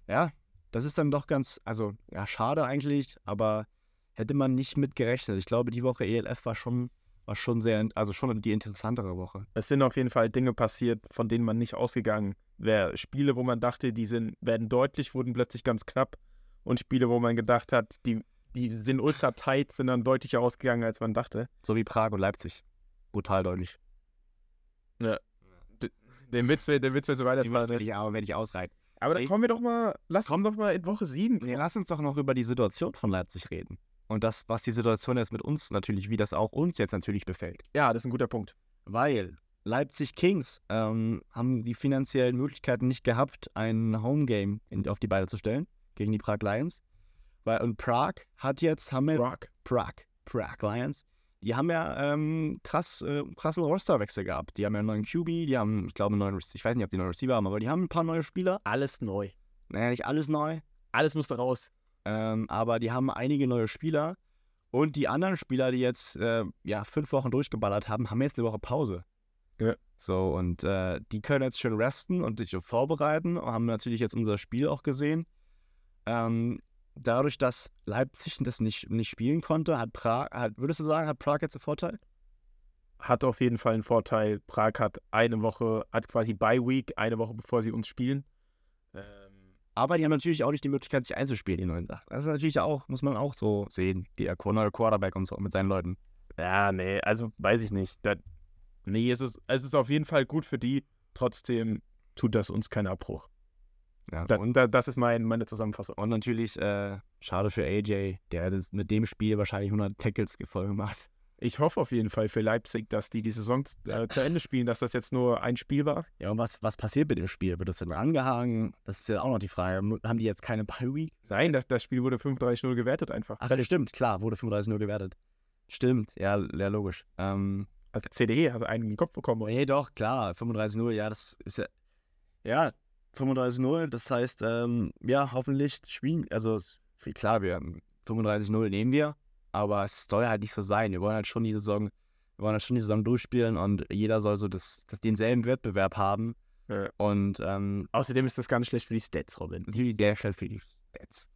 A: ja, das ist dann doch ganz, also ja, schade eigentlich, aber hätte man nicht mit gerechnet. Ich glaube, die Woche ELF war schon, war schon sehr, also schon die interessantere Woche.
B: Es sind auf jeden Fall Dinge passiert, von denen man nicht ausgegangen wäre. Spiele, wo man dachte, die sind, werden deutlich, wurden plötzlich ganz knapp. Und Spiele, wo man gedacht hat, die, die sind ultra tight, sind dann deutlicher ausgegangen, als man dachte.
A: So wie Prag und Leipzig. Brutal deutlich.
B: Den Witz, will- den Witz willst du weiterfahren. ne?
A: ich, aber wenn ich ausreite.
B: Aber dann
A: Ich-
B: kommen wir doch mal, lass uns doch mal in Woche 7.
A: Nee, lass uns doch noch über die Situation von Leipzig reden. Und das, was die Situation jetzt mit uns natürlich, wie das auch uns jetzt natürlich befällt.
B: Ja, das ist ein guter Punkt.
A: Weil Leipzig Kings ähm, haben die finanziellen Möglichkeiten nicht gehabt, ein Homegame in- auf die Beine zu stellen gegen die Prag Lions. Weil, und Prag hat jetzt, haben wir
B: Rock.
A: Prag, Prag Lions. Die haben ja ähm, krass, äh, krassen Rosterwechsel gehabt. Die haben ja einen neuen QB, die haben, ich glaube, einen neuen Receiver. Ich weiß nicht, ob die neuen Receiver haben, aber die haben ein paar neue Spieler.
B: Alles neu.
A: Naja, nicht alles neu,
B: Alles musste raus.
A: ähm, aber die haben einige neue Spieler. Und die anderen Spieler, die jetzt äh, ja, fünf Wochen durchgeballert haben, haben jetzt eine Woche Pause.
B: Ja.
A: So, und äh, die können jetzt schön resten und sich vorbereiten und haben natürlich jetzt unser Spiel auch gesehen. Ähm, dadurch, dass Leipzig das nicht, nicht spielen konnte, hat Prag, hat, würdest du sagen, hat Prag jetzt einen Vorteil?
B: Hat auf jeden Fall einen Vorteil. Prag hat eine Woche, hat quasi Bye-Week, eine Woche bevor sie uns spielen. Ähm,
A: Aber die haben natürlich auch nicht die Möglichkeit, sich einzuspielen, die neuen Sachen. Das ist natürlich auch, muss man auch so sehen, die neue Quarterback und so mit seinen Leuten.
B: Ja, nee, also weiß ich nicht. Da, Nee, es ist, es ist auf jeden Fall gut für die. Trotzdem tut das uns keinen Abbruch.
A: Ja,
B: Das,
A: und,
B: da- das ist mein, meine Zusammenfassung.
A: und natürlich äh, schade für AJ, der das mit dem Spiel wahrscheinlich 100 Tackles voll gemacht.
B: Ich hoffe auf jeden Fall für Leipzig, dass die die Saison äh, zu Ende spielen, dass das jetzt nur ein Spiel war.
A: Ja, und was, was passiert mit dem Spiel? Wird das denn rangehangen? Das ist ja auch noch die Frage. Haben die jetzt keine Bye-Week?
B: Nein, das, das Spiel wurde 35-0 gewertet einfach.
A: Ach, stimmt, klar, wurde 35 nur gewertet. Stimmt, ja, ja logisch. Ähm,
B: Also CDE hat einen in den Kopf bekommen.
A: nee, doch, klar, 35-0, ja, das ist ja. Ja, 35-0, das heißt, ähm, ja, hoffentlich spielen. Also, es- klar, wir 35-0 nehmen wir, aber es soll halt nicht so sein. Wir wollen halt schon die Saison, wir wollen halt schon die Saison durchspielen und jeder soll so das, das denselben Wettbewerb haben.
B: Ja.
A: Und ähm,
B: Außerdem ist das ganz schlecht für die Stats, Robin.
A: natürlich sehr schlecht für die Stats.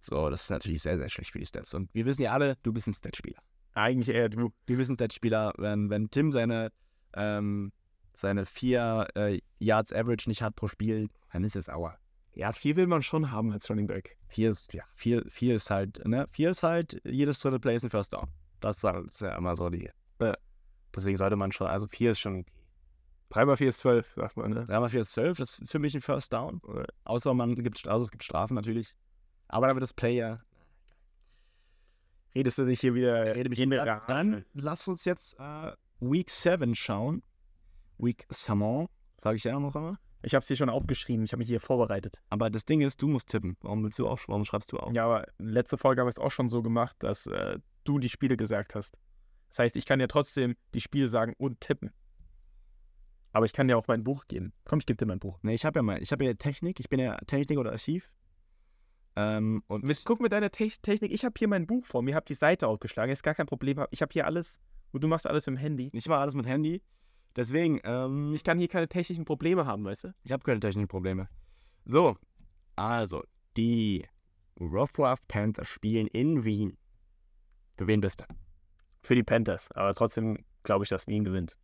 A: So, das ist natürlich sehr, sehr schlecht für die Stats. Und wir wissen ja alle, du bist ein Stats-Spieler.
B: Eigentlich eher du.
A: wir wissen als Spieler, wenn, wenn Tim seine, ähm, seine vier äh, Yards Average nicht hat pro Spiel, dann ist es Auer.
B: Ja, viel will man schon haben als Running Back.
A: Vier ist, ja, vier, vier ist halt, ne? Vier ist halt, jedes dritte Play ist ein First Down. Das ist, halt, ist ja immer so die.
B: Ja.
A: Deswegen sollte man schon, also vier ist schon.
B: 3 mal 4 ist 12, sagt man, ne?
A: Dreimal vier ist zwölf, das ist für mich ein First Down. Außer man gibt, also es gibt Strafen natürlich. Aber dann wird das Play ja.
B: Redest du dich hier wieder
A: Rede mich
B: in
A: Ja,
B: Rage?
A: Dann lass uns jetzt äh, Week 7 schauen. Week Samon, sage ich ja noch immer.
B: Ich hab's hier schon aufgeschrieben, ich habe mich hier vorbereitet.
A: Aber das Ding ist, du musst tippen. Warum willst du auf? Warum schreibst du auf?
B: Ja, aber letzte Folge haben wir es auch schon so gemacht, dass äh, du die Spiele gesagt hast. Das heißt, ich kann ja trotzdem die Spiele sagen und tippen. Aber ich kann dir auch mein Buch geben. Komm, ich gebe dir mein Buch.
A: Nee, Ne, ich habe ja mal, ich habe ja Technik, ich bin ja Technik oder Archiv. Ähm, und
B: Mit, guck mit deiner Tech- Technik, ich habe hier mein Buch vor mir, habe die Seite aufgeschlagen, ist gar kein Problem. hab- Ich habe hier alles und du machst alles im Handy.
A: ich mache alles mit Handy. Deswegen, ähm,
B: Ich kann hier keine technischen Probleme haben, weißt du?
A: ich habe keine Technikprobleme. So, also, die Wroclaw Panthers spielen in Wien. Für wen bist du?
B: Für die Panthers, aber trotzdem glaube ich, dass Wien gewinnt.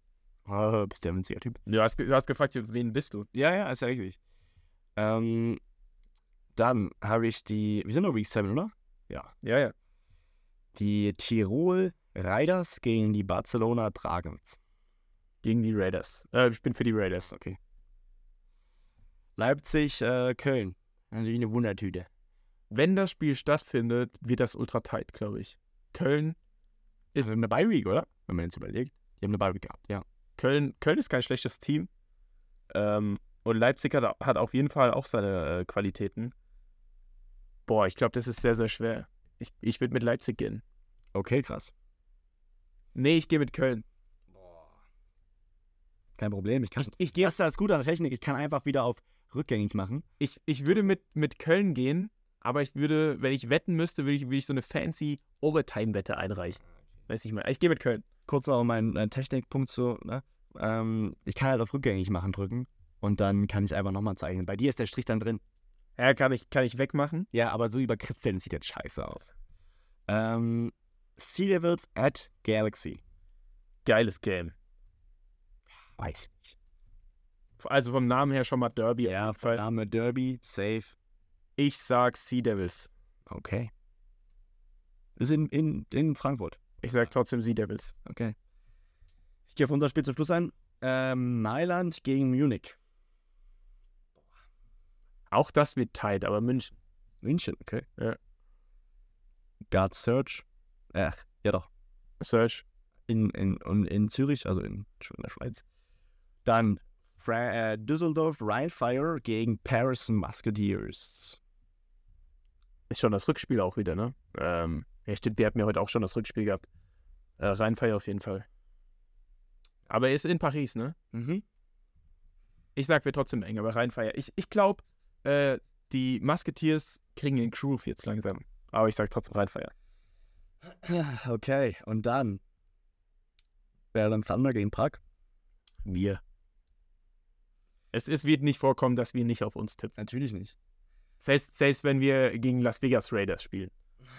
A: Oh, bist der winziger Typ.
B: Du hast, ge- du hast gefragt, wen bist du?
A: Ja, ja, ist ja richtig. Ähm, dann habe ich die, wir sind noch Week 7, oder?
B: Ja, ja.
A: Die Tirol Riders gegen die Barcelona Dragons.
B: Gegen die Raiders. Äh, ich bin für die Raiders.
A: okay. Leipzig, äh, Köln. Natürlich eine Wundertüte.
B: Wenn das Spiel stattfindet, wird das ultra tight, glaube ich. Köln ist,
A: Also eine Bi-Week, oder? Wenn man jetzt überlegt. Die haben eine Bi-Week gehabt, ja.
B: Köln, Köln ist kein schlechtes Team. Ähm, und Leipzig hat, hat auf jeden Fall auch seine äh, Qualitäten. Boah, ich glaube, das ist sehr, sehr schwer. Ich, ich würde mit Leipzig gehen.
A: Okay, krass.
B: Nee, ich gehe mit Köln.
A: Kein Problem, ich kann. Ich gehe. Das ist das Gute an der Technik, ich kann einfach wieder auf rückgängig machen.
B: Ich, ich würde mit, mit Köln gehen, aber ich würde, wenn ich wetten müsste, würde ich, würde ich so eine fancy Overtime-Wette einreichen. Weiß nicht mehr. Ich gehe mit Köln.
A: Kurz noch um meinen äh, Technikpunkt zu. Ne? Ähm, ich kann halt auf rückgängig machen drücken und dann kann ich einfach nochmal zeichnen. Bei dir ist der Strich dann drin.
B: Ja, kann ich, kann ich wegmachen.
A: Ja, aber so überkritzeln sieht jetzt scheiße aus. Ähm, Sea Devils at Galaxy.
B: Geiles Game.
A: Weiß ich nicht.
B: Also vom Namen her schon mal Derby. auf
A: Ja,
B: jeden Fall.
A: Name Derby, safe.
B: Ich sag Sea Devils.
A: Okay. Ist in, in, in Frankfurt.
B: Ich sag trotzdem Sea Devils.
A: Okay. Ich gehe auf unser Spiel zum Schluss ein. Ähm, Mailand gegen Munich.
B: Auch das wird tight, aber München.
A: München, okay.
B: Ja.
A: Guard Search. Ach, ja doch.
B: Search.
A: In, in, in, in Zürich, also in, in der Schweiz. Dann Fra äh, Düsseldorf Rheinfire gegen Paris Musketeers.
B: Ist schon das Rückspiel auch wieder, ne? Ähm, ja, stimmt, wir hatten ja heute auch schon das Rückspiel gehabt. Äh, Rheinfeier auf jeden Fall. Aber er ist in Paris, ne?
A: Mhm.
B: Ich sag, wir trotzdem eng, aber Rheinfeier. Ich, ich glaube, äh, die Musketeers kriegen den Groove jetzt langsam. Aber ich sag trotzdem Rheinfeier.
A: Okay, und dann Berlin Thunder gegen Prag.
B: Wir. Es, es wird nicht vorkommen, dass wir nicht auf uns tippen.
A: Natürlich nicht.
B: Selbst, selbst wenn wir gegen Las Vegas Raiders spielen,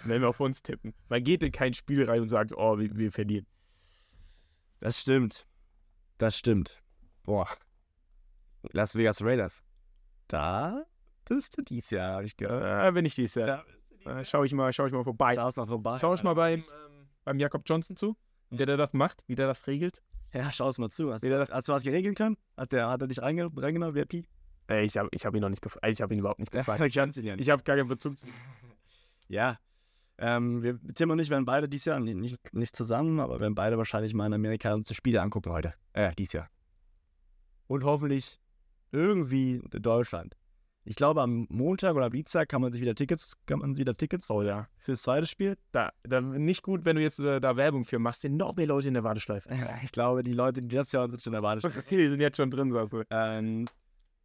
B: wenn wir auf uns tippen. Man geht in kein Spiel rein und sagt, oh, wir, wir verlieren.
A: Das stimmt. Das stimmt. Boah. Las Vegas Raiders. Da bist du dies Jahr, habe ich gehört.
B: Äh, bin ich dies Jahr.
A: Da bist du dies
B: Äh,
A: Jahr.
B: schau ich mal, schau ich mal vorbei.
A: Schau es mal vorbei.
B: Schau ich mal
A: Alter.
B: beim, ähm, beim Jakob Johnson zu, wie der, der das macht, wie der das regelt.
A: Ja, schau es mal zu. Hast, hast, hast du was geregelt können? Hat, der, hat er dich reinge reingenommen, VIP?
B: Ey, Äh, ich habe ich hab ihn noch nicht gefragt. Ich habe ihn überhaupt nicht gefragt.
A: ich kann's ihn ja nicht.
B: Ich habe gar keinen Bezug zu.
A: Ja. Ähm, wir, Tim und ich werden beide dieses Jahr, nee, nicht, nicht zusammen, aber werden beide wahrscheinlich mal in Amerika uns die Spiele angucken heute. Äh, dieses Jahr. Und hoffentlich irgendwie in Deutschland. Ich glaube, am Montag oder am Dienstag kann man sich wieder Tickets, kann man wieder Tickets
B: Oh ja.
A: fürs zweite Spiel.
B: Da, da, nicht gut, wenn du jetzt äh, da Werbung für machst, denn noch mehr Leute in der Warteschleife.
A: Ich glaube, die Leute, die das hören, sind schon erwartet.
B: die sind jetzt schon drin, sagst du.
A: Ähm,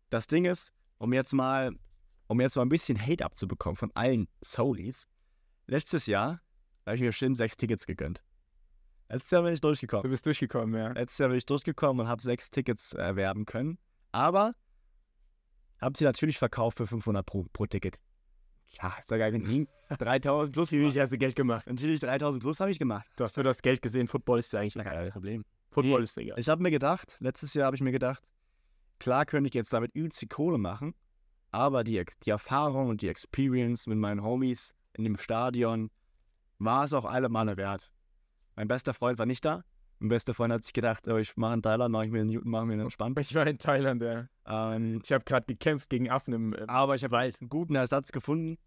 A: das Ding ist, um jetzt mal, um jetzt mal ein bisschen Hate abzubekommen von allen Solis, letztes Jahr habe ich mir bestimmt sechs Tickets gegönnt. Letztes Jahr bin ich
B: Du
A: durchgekommen.
B: bist durchgekommen, ja.
A: Letztes Jahr bin ich durchgekommen und habe sechs Tickets erwerben können. Aber habe sie natürlich verkauft für 500 pro, pro Ticket. Ja, ist ja gar kein Ding. 3000 plus.
B: Natürlich hast du Geld gemacht.
A: Natürlich 3000 plus habe ich gemacht.
B: Du hast nur das Geld gesehen. Football ist dir
A: Ist
B: eigentlich
A: ja gar
B: egal.
A: kein Problem.
B: Football ist dir egal.
A: Ich habe mir gedacht, letztes Jahr habe ich mir gedacht, klar könnte ich jetzt damit übelst viel Kohle machen, aber die, die Erfahrung und die Experience mit meinen Homies in dem Stadion war es auch alle Male wert. Mein bester Freund war nicht da. Mein bester Freund hat sich gedacht, oh, ich mache einen Thailand, mache ich mir einen Newton, mache mir einen entspannt.
B: Ich war in Thailand, ja.
A: Ähm,
B: Ich habe gerade gekämpft gegen Affen im. Äh,
A: aber ich habe einen guten Ersatz gefunden.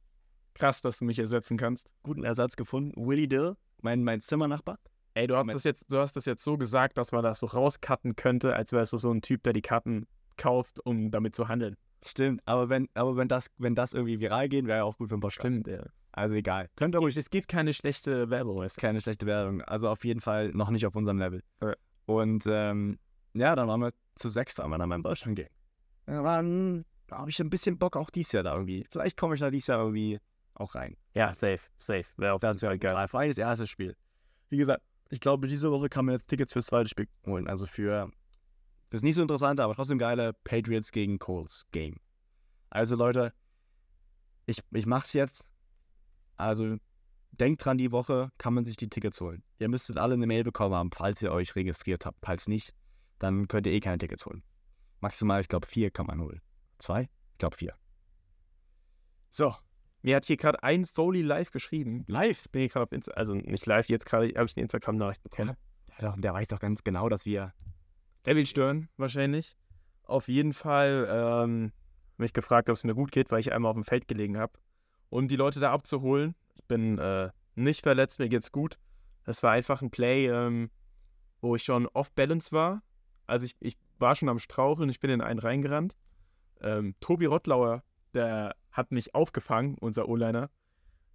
B: krass, dass du mich ersetzen kannst.
A: Guten Ersatz gefunden. Willy Dill, mein, mein Zimmernachbar.
B: Ey, du hast,
A: Moment.
B: das jetzt, du hast das jetzt so gesagt, dass man das so rauscutten könnte, als wärst du so ein Typ, der die Karten kauft, um damit zu handeln.
A: Stimmt, aber wenn, aber wenn das, wenn das irgendwie viral gehen, wäre ja auch gut für ein paar Stimmt.
B: ja.
A: Also egal. Könnt ihr ruhig
B: Es gibt, es gibt keine schlechte Werbung. weißt du.
A: keine schlechte Werbung. Also auf jeden Fall noch nicht auf unserem Level.
B: Ja.
A: Und ähm, ja, dann waren wir zu sechs, waren wir dann mal in Deutschland gehen. Ja, Dann habe ich ein bisschen Bock auch dieses Jahr da irgendwie. Vielleicht komme ich da dieses Jahr irgendwie auch rein.
B: Ja, safe, safe. Wäre auf jeden
A: Das wäre
B: Fall geil.
A: geil. Vor allem das erste Spiel. Wie gesagt, ich glaube, diese Woche kann man jetzt Tickets fürs zweite Spiel holen. Also für fürs nicht so interessante, aber trotzdem geile Patriots gegen Colts Game. Also Leute, ich, ich mach's jetzt. Also denkt dran, die Woche kann man sich die Tickets holen. Ihr müsstet alle eine Mail bekommen haben, falls ihr euch registriert habt. Falls nicht, dann könnt ihr eh keine Tickets holen. Maximal, ich glaube, vier kann man holen. Zwei? Ich glaube, vier. So,
B: Mir hat hier gerade ein Soli live geschrieben.
A: live.
B: Bin ich gerade auf Insta also nicht live, jetzt gerade habe ich eine Instagram-Nachricht
A: Ja,
B: bekommen.
A: Der, hat doch- der weiß doch ganz genau, dass wir
B: Der will stören, wahrscheinlich. Auf jeden Fall ähm, mich gefragt, ob es mir gut geht, weil ich einmal auf dem Feld gelegen habe. Um die Leute da abzuholen. Ich bin äh, nicht verletzt, mir geht's gut. Das war einfach ein Play, ähm, wo ich schon off-balance war. Also ich, ich war schon am Straucheln, ich bin in einen reingerannt. Ähm, Tobi Rottlauer, der hat mich aufgefangen, unser O-Liner,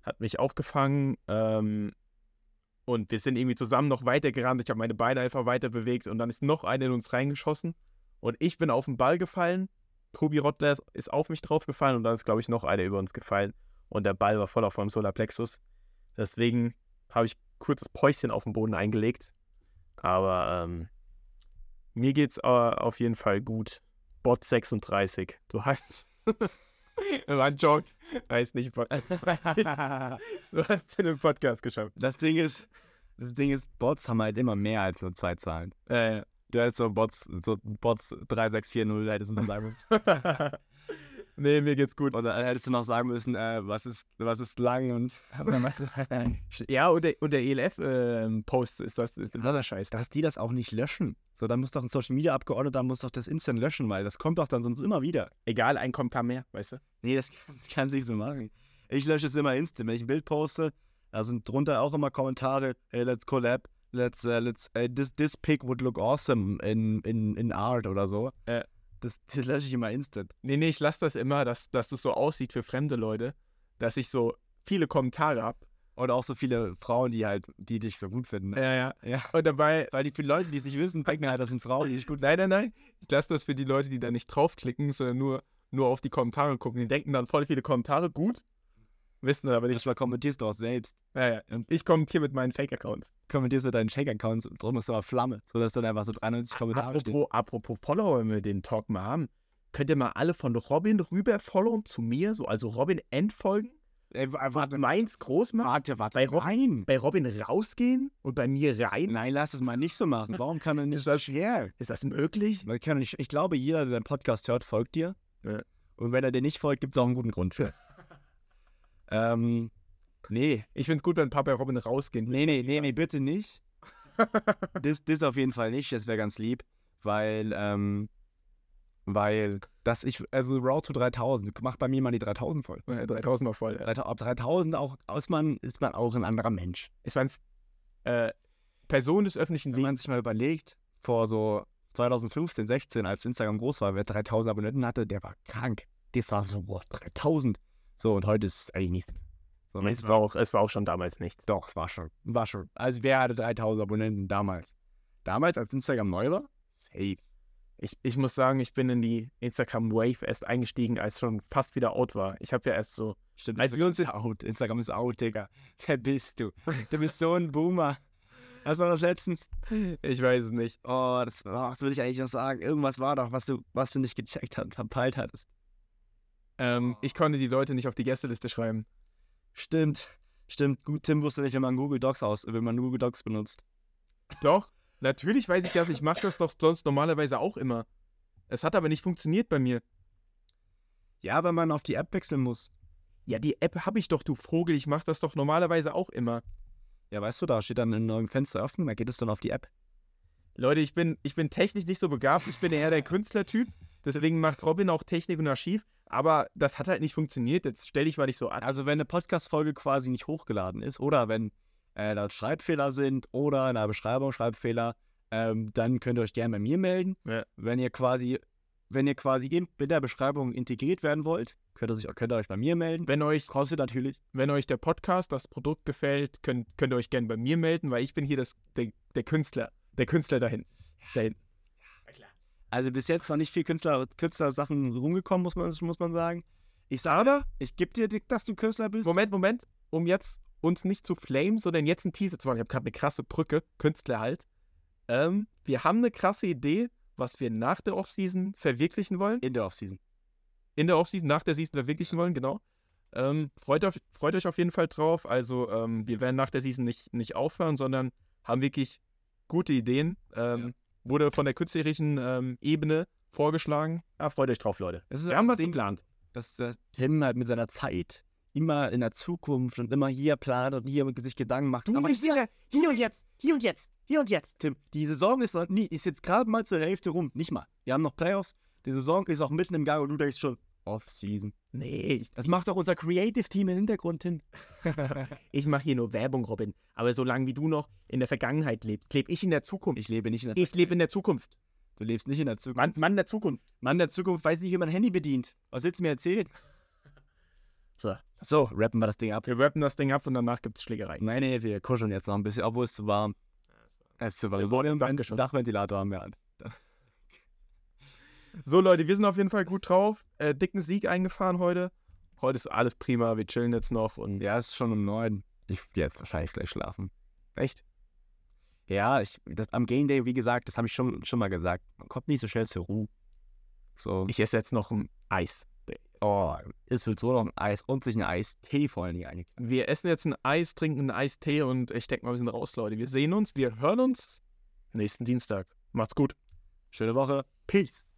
B: hat mich aufgefangen. Ähm, und wir sind irgendwie zusammen noch weitergerannt. Ich habe meine Beine einfach weiter bewegt und dann ist noch einer in uns reingeschossen. Und ich bin auf den Ball gefallen. Tobi Rottler ist- ist auf mich draufgefallen und dann ist, glaube ich, noch einer über uns gefallen. Und der Ball war voll auf meinem Solarplexus. Deswegen habe ich kurzes Päuschen auf den Boden eingelegt. Aber ähm, mir geht's äh, auf jeden Fall gut. Bot 36. Du hast. War ein Joke. Heißt nicht Bot. Weiß nicht. Du hast den im Podcast geschafft.
A: das Ding ist, das Ding ist, Bots haben halt immer mehr als nur zwei Zahlen.
B: Äh,
A: Du hast so Bots, so Bots 3640 hättest du noch sagen müssen.
B: nee, mir geht's gut.
A: Oder hättest du noch sagen müssen, äh, was ist, was ist lang und
B: Ja, und der, E und der ELF-Post ähm, ist das ist ein anderer Scheiß.
A: dass die das auch nicht löschen. So, dann muss doch ein Social Media Abgeordneter muss doch das instant löschen, weil das kommt doch dann sonst immer wieder.
B: Egal, ein Kommentar mehr, weißt du?
A: Nee, das kann, das kann sich so machen. Ich lösche es immer instant. Wenn ich ein Bild poste, da sind drunter auch immer Kommentare, hey, let's collab, let's, äh, let's, äh, this, this pic would look awesome in, in, in art oder so.
B: Ja.
A: Das, das lösche ich immer instant.
B: Nee, nee, ich lasse das immer, dass, dass das so aussieht für fremde Leute, dass ich so viele Kommentare habe.
A: Oder auch so viele Frauen, die halt, die dich so gut finden.
B: Ja, ja.
A: Ja.
B: Und dabei,
A: Weil die vielen Leute, die es nicht wissen, denken halt, das sind Frauen, die dich gut
B: nein, nein, nein, ich lasse das für die Leute, die da nicht draufklicken, sondern nur, nur auf die Kommentare gucken. Die denken dann voll viele Kommentare gut, wissen aber nicht.
A: Manchmal kommentierst du auch selbst.
B: Ja, ja. Und ich kommentiere mit meinen Fake-Accounts.
A: Kommentierst mit deinen Shake-Accounts und drum ist aber Flamme, sodass dann einfach so 93 Kommentare stehen.
B: Apropos, apropos Follower, wenn wir den Talk mal haben, könnt ihr mal alle von Robin rüber followen zu mir, so also Robin entfolgen,
A: Ey, warte,
B: meins groß machen,
A: warte, warte.
B: Bei Rob-
A: Nein!
B: bei Robin rausgehen und bei mir rein.
A: Nein, lass es mal nicht so machen. Warum kann er nicht
B: Ist das-
A: schwer?
B: Ist das möglich?
A: Man kann nicht, ich glaube, jeder, der den Podcast hört, folgt dir.
B: Ja.
A: Und wenn er dir nicht folgt, gibt es auch einen guten Grund für. ähm, nee,
B: Ich find's gut, wenn ein paar bei Robin rausgehen.
A: nee, nee, nee, nee, bitte nicht. das, das auf jeden Fall nicht, das wäre ganz lieb, weil, ähm, weil das ich, also Route to 3000, mach bei mir mal die 3000 voll.
B: Ja, 3000 noch Äh, voll. Ja.
A: 3000, ab 3000 auch, ist man, ist man auch ein anderer Mensch.
B: Ich meine, äh, Person des öffentlichen
A: Wenn man
B: Lebens.
A: sich mal überlegt, vor so 2015, 16, als Instagram groß war, wer 3000 Abonnenten hatte, der war krank. Das war so, boah, 3000. So, und heute ist es eigentlich nichts. So,
B: Es war, auch, es war auch schon damals nichts.
A: Doch, es war schon. War schon. Also wer hatte 3000 Abonnenten damals? Damals, als Instagram neu war? Safe.
B: Ich, ich muss sagen, ich bin in die Instagram-Wave erst eingestiegen, als schon fast wieder out war. Ich habe ja erst so
A: Stimmt.
B: Also
A: Also wir uns ist out. Instagram ist out, Digga. Wer bist du? Du bist so ein Boomer. Was war das letztens?
B: Ich weiß es nicht.
A: Oh, das, oh, das will ich eigentlich noch sagen. Irgendwas war doch, was du, was du nicht gecheckt hast, verpeilt hattest.
B: Ähm, Ich konnte die Leute nicht auf die Gästeliste schreiben.
A: Stimmt. Stimmt. Gut, Tim wusste nicht, wenn man Google Docs aus, wenn man Google Docs benutzt.
B: Doch, natürlich weiß ich das. Ich mache das doch sonst normalerweise auch immer. Es hat aber nicht funktioniert bei mir.
A: Ja, wenn man auf die App wechseln muss.
B: Ja, die App habe ich doch, du Vogel. Ich mache das doch normalerweise auch immer.
A: Ja, weißt du, da steht dann in neuem Fenster öffnen, da geht es dann auf die App.
B: Leute, ich bin, ich bin technisch nicht so begabt. Ich bin eher der Künstlertyp. Deswegen macht Robin auch Technik und Archiv. Aber das hat halt nicht funktioniert. Jetzt stell dich mal nicht so an.
A: Also wenn eine Podcast-Folge quasi nicht hochgeladen ist oder wenn äh, da Schreibfehler sind oder in der Beschreibung Schreibfehler, ähm, dann könnt ihr euch gerne bei mir melden.
B: Ja.
A: Wenn ihr quasi, wenn ihr quasi in, in der Beschreibung integriert werden wollt, könnt ihr, sich, könnt ihr euch bei mir melden.
B: Wenn euch,
A: Kostet natürlich.
B: wenn euch der Podcast, das Produkt gefällt, könnt, könnt ihr euch gerne bei mir melden, weil ich bin hier das, der, der Künstler. Der Künstler dahin. dahin.
A: Also bis jetzt noch nicht viel Künstler, Künstlersachen rumgekommen, muss man, muss man sagen. Ich sage, ich gebe dir, dass du Künstler bist.
B: Moment, Moment, um jetzt uns nicht zu flamen, sondern jetzt einen Teaser zu machen. Ich habe gerade eine krasse Brücke, Künstler halt. Ähm, wir haben eine krasse Idee, was wir nach der Offseason verwirklichen wollen.
A: In der Offseason.
B: In der Offseason, nach der Season verwirklichen wollen, genau. Ähm, freut, auf, freut euch auf jeden Fall drauf. Also, ähm, wir werden nach der Season nicht, nicht aufhören, sondern haben wirklich gute Ideen. Ähm,
A: Ja.
B: Wurde von der künstlerischen ähm, Ebene vorgeschlagen. Ja, freut euch drauf, Leute.
A: Das ist
B: Wir haben
A: das
B: was
A: Ding.
B: geplant.
A: dass der Tim halt mit seiner Zeit immer in der Zukunft und immer hier plant und hier sich Gedanken macht.
B: Du bist
A: hier, hier und jetzt, hier und jetzt, hier und jetzt, Tim. Die Saison ist, noch nie, ist jetzt gerade mal zur Hälfte rum. Nicht mal. Wir haben noch Playoffs. Die Saison ist auch mitten im Gang und du denkst schon, Off-Season.
B: Nee, ich,
A: Das macht doch unser Creative-Team im Hintergrund, Tim.
B: Ich mache hier nur Werbung, Robin. Aber solange wie du noch in der Vergangenheit lebst, lebe ich in der Zukunft.
A: Ich lebe nicht in der
B: Ich lebe in der Zukunft.
A: Du lebst nicht in der Zukunft.
B: Mann, Mann der Zukunft.
A: Mann der Zukunft weiß nicht, wie man Handy bedient. Was willst du mir erzählen?
B: So.
A: So, rappen wir das Ding ab.
B: Wir rappen das Ding ab und danach gibt's Schlägereien.
A: Nein, nee, wir kuscheln jetzt noch ein bisschen, obwohl es zu warm Es ist zu warm. Wir wollen
B: Dach
A: einen
B: geschossen.
A: Dachventilator haben wir an.
B: So, Leute, wir sind auf jeden Fall gut drauf. Äh, dicken Sieg eingefahren heute. Heute ist alles prima. Wir chillen jetzt noch und.
A: Ja, es ist schon um neun. Ich gehe jetzt wahrscheinlich gleich schlafen.
B: Echt?
A: Ja, ich, das, am Game Day, wie gesagt, das habe ich schon, schon mal gesagt. Man kommt nicht so schnell zur Ruhe. So.
B: Ich esse jetzt noch ein Eis.
A: oh, es wird so noch ein Eis und sich ein Eistee vor allen Dingen einig.
B: Wir essen jetzt ein Eis, trinken einen Eistee und ich denke mal, wir sind raus, Leute. Wir sehen uns, wir hören uns nächsten Dienstag. Macht's gut.
A: Schöne Woche. Peace.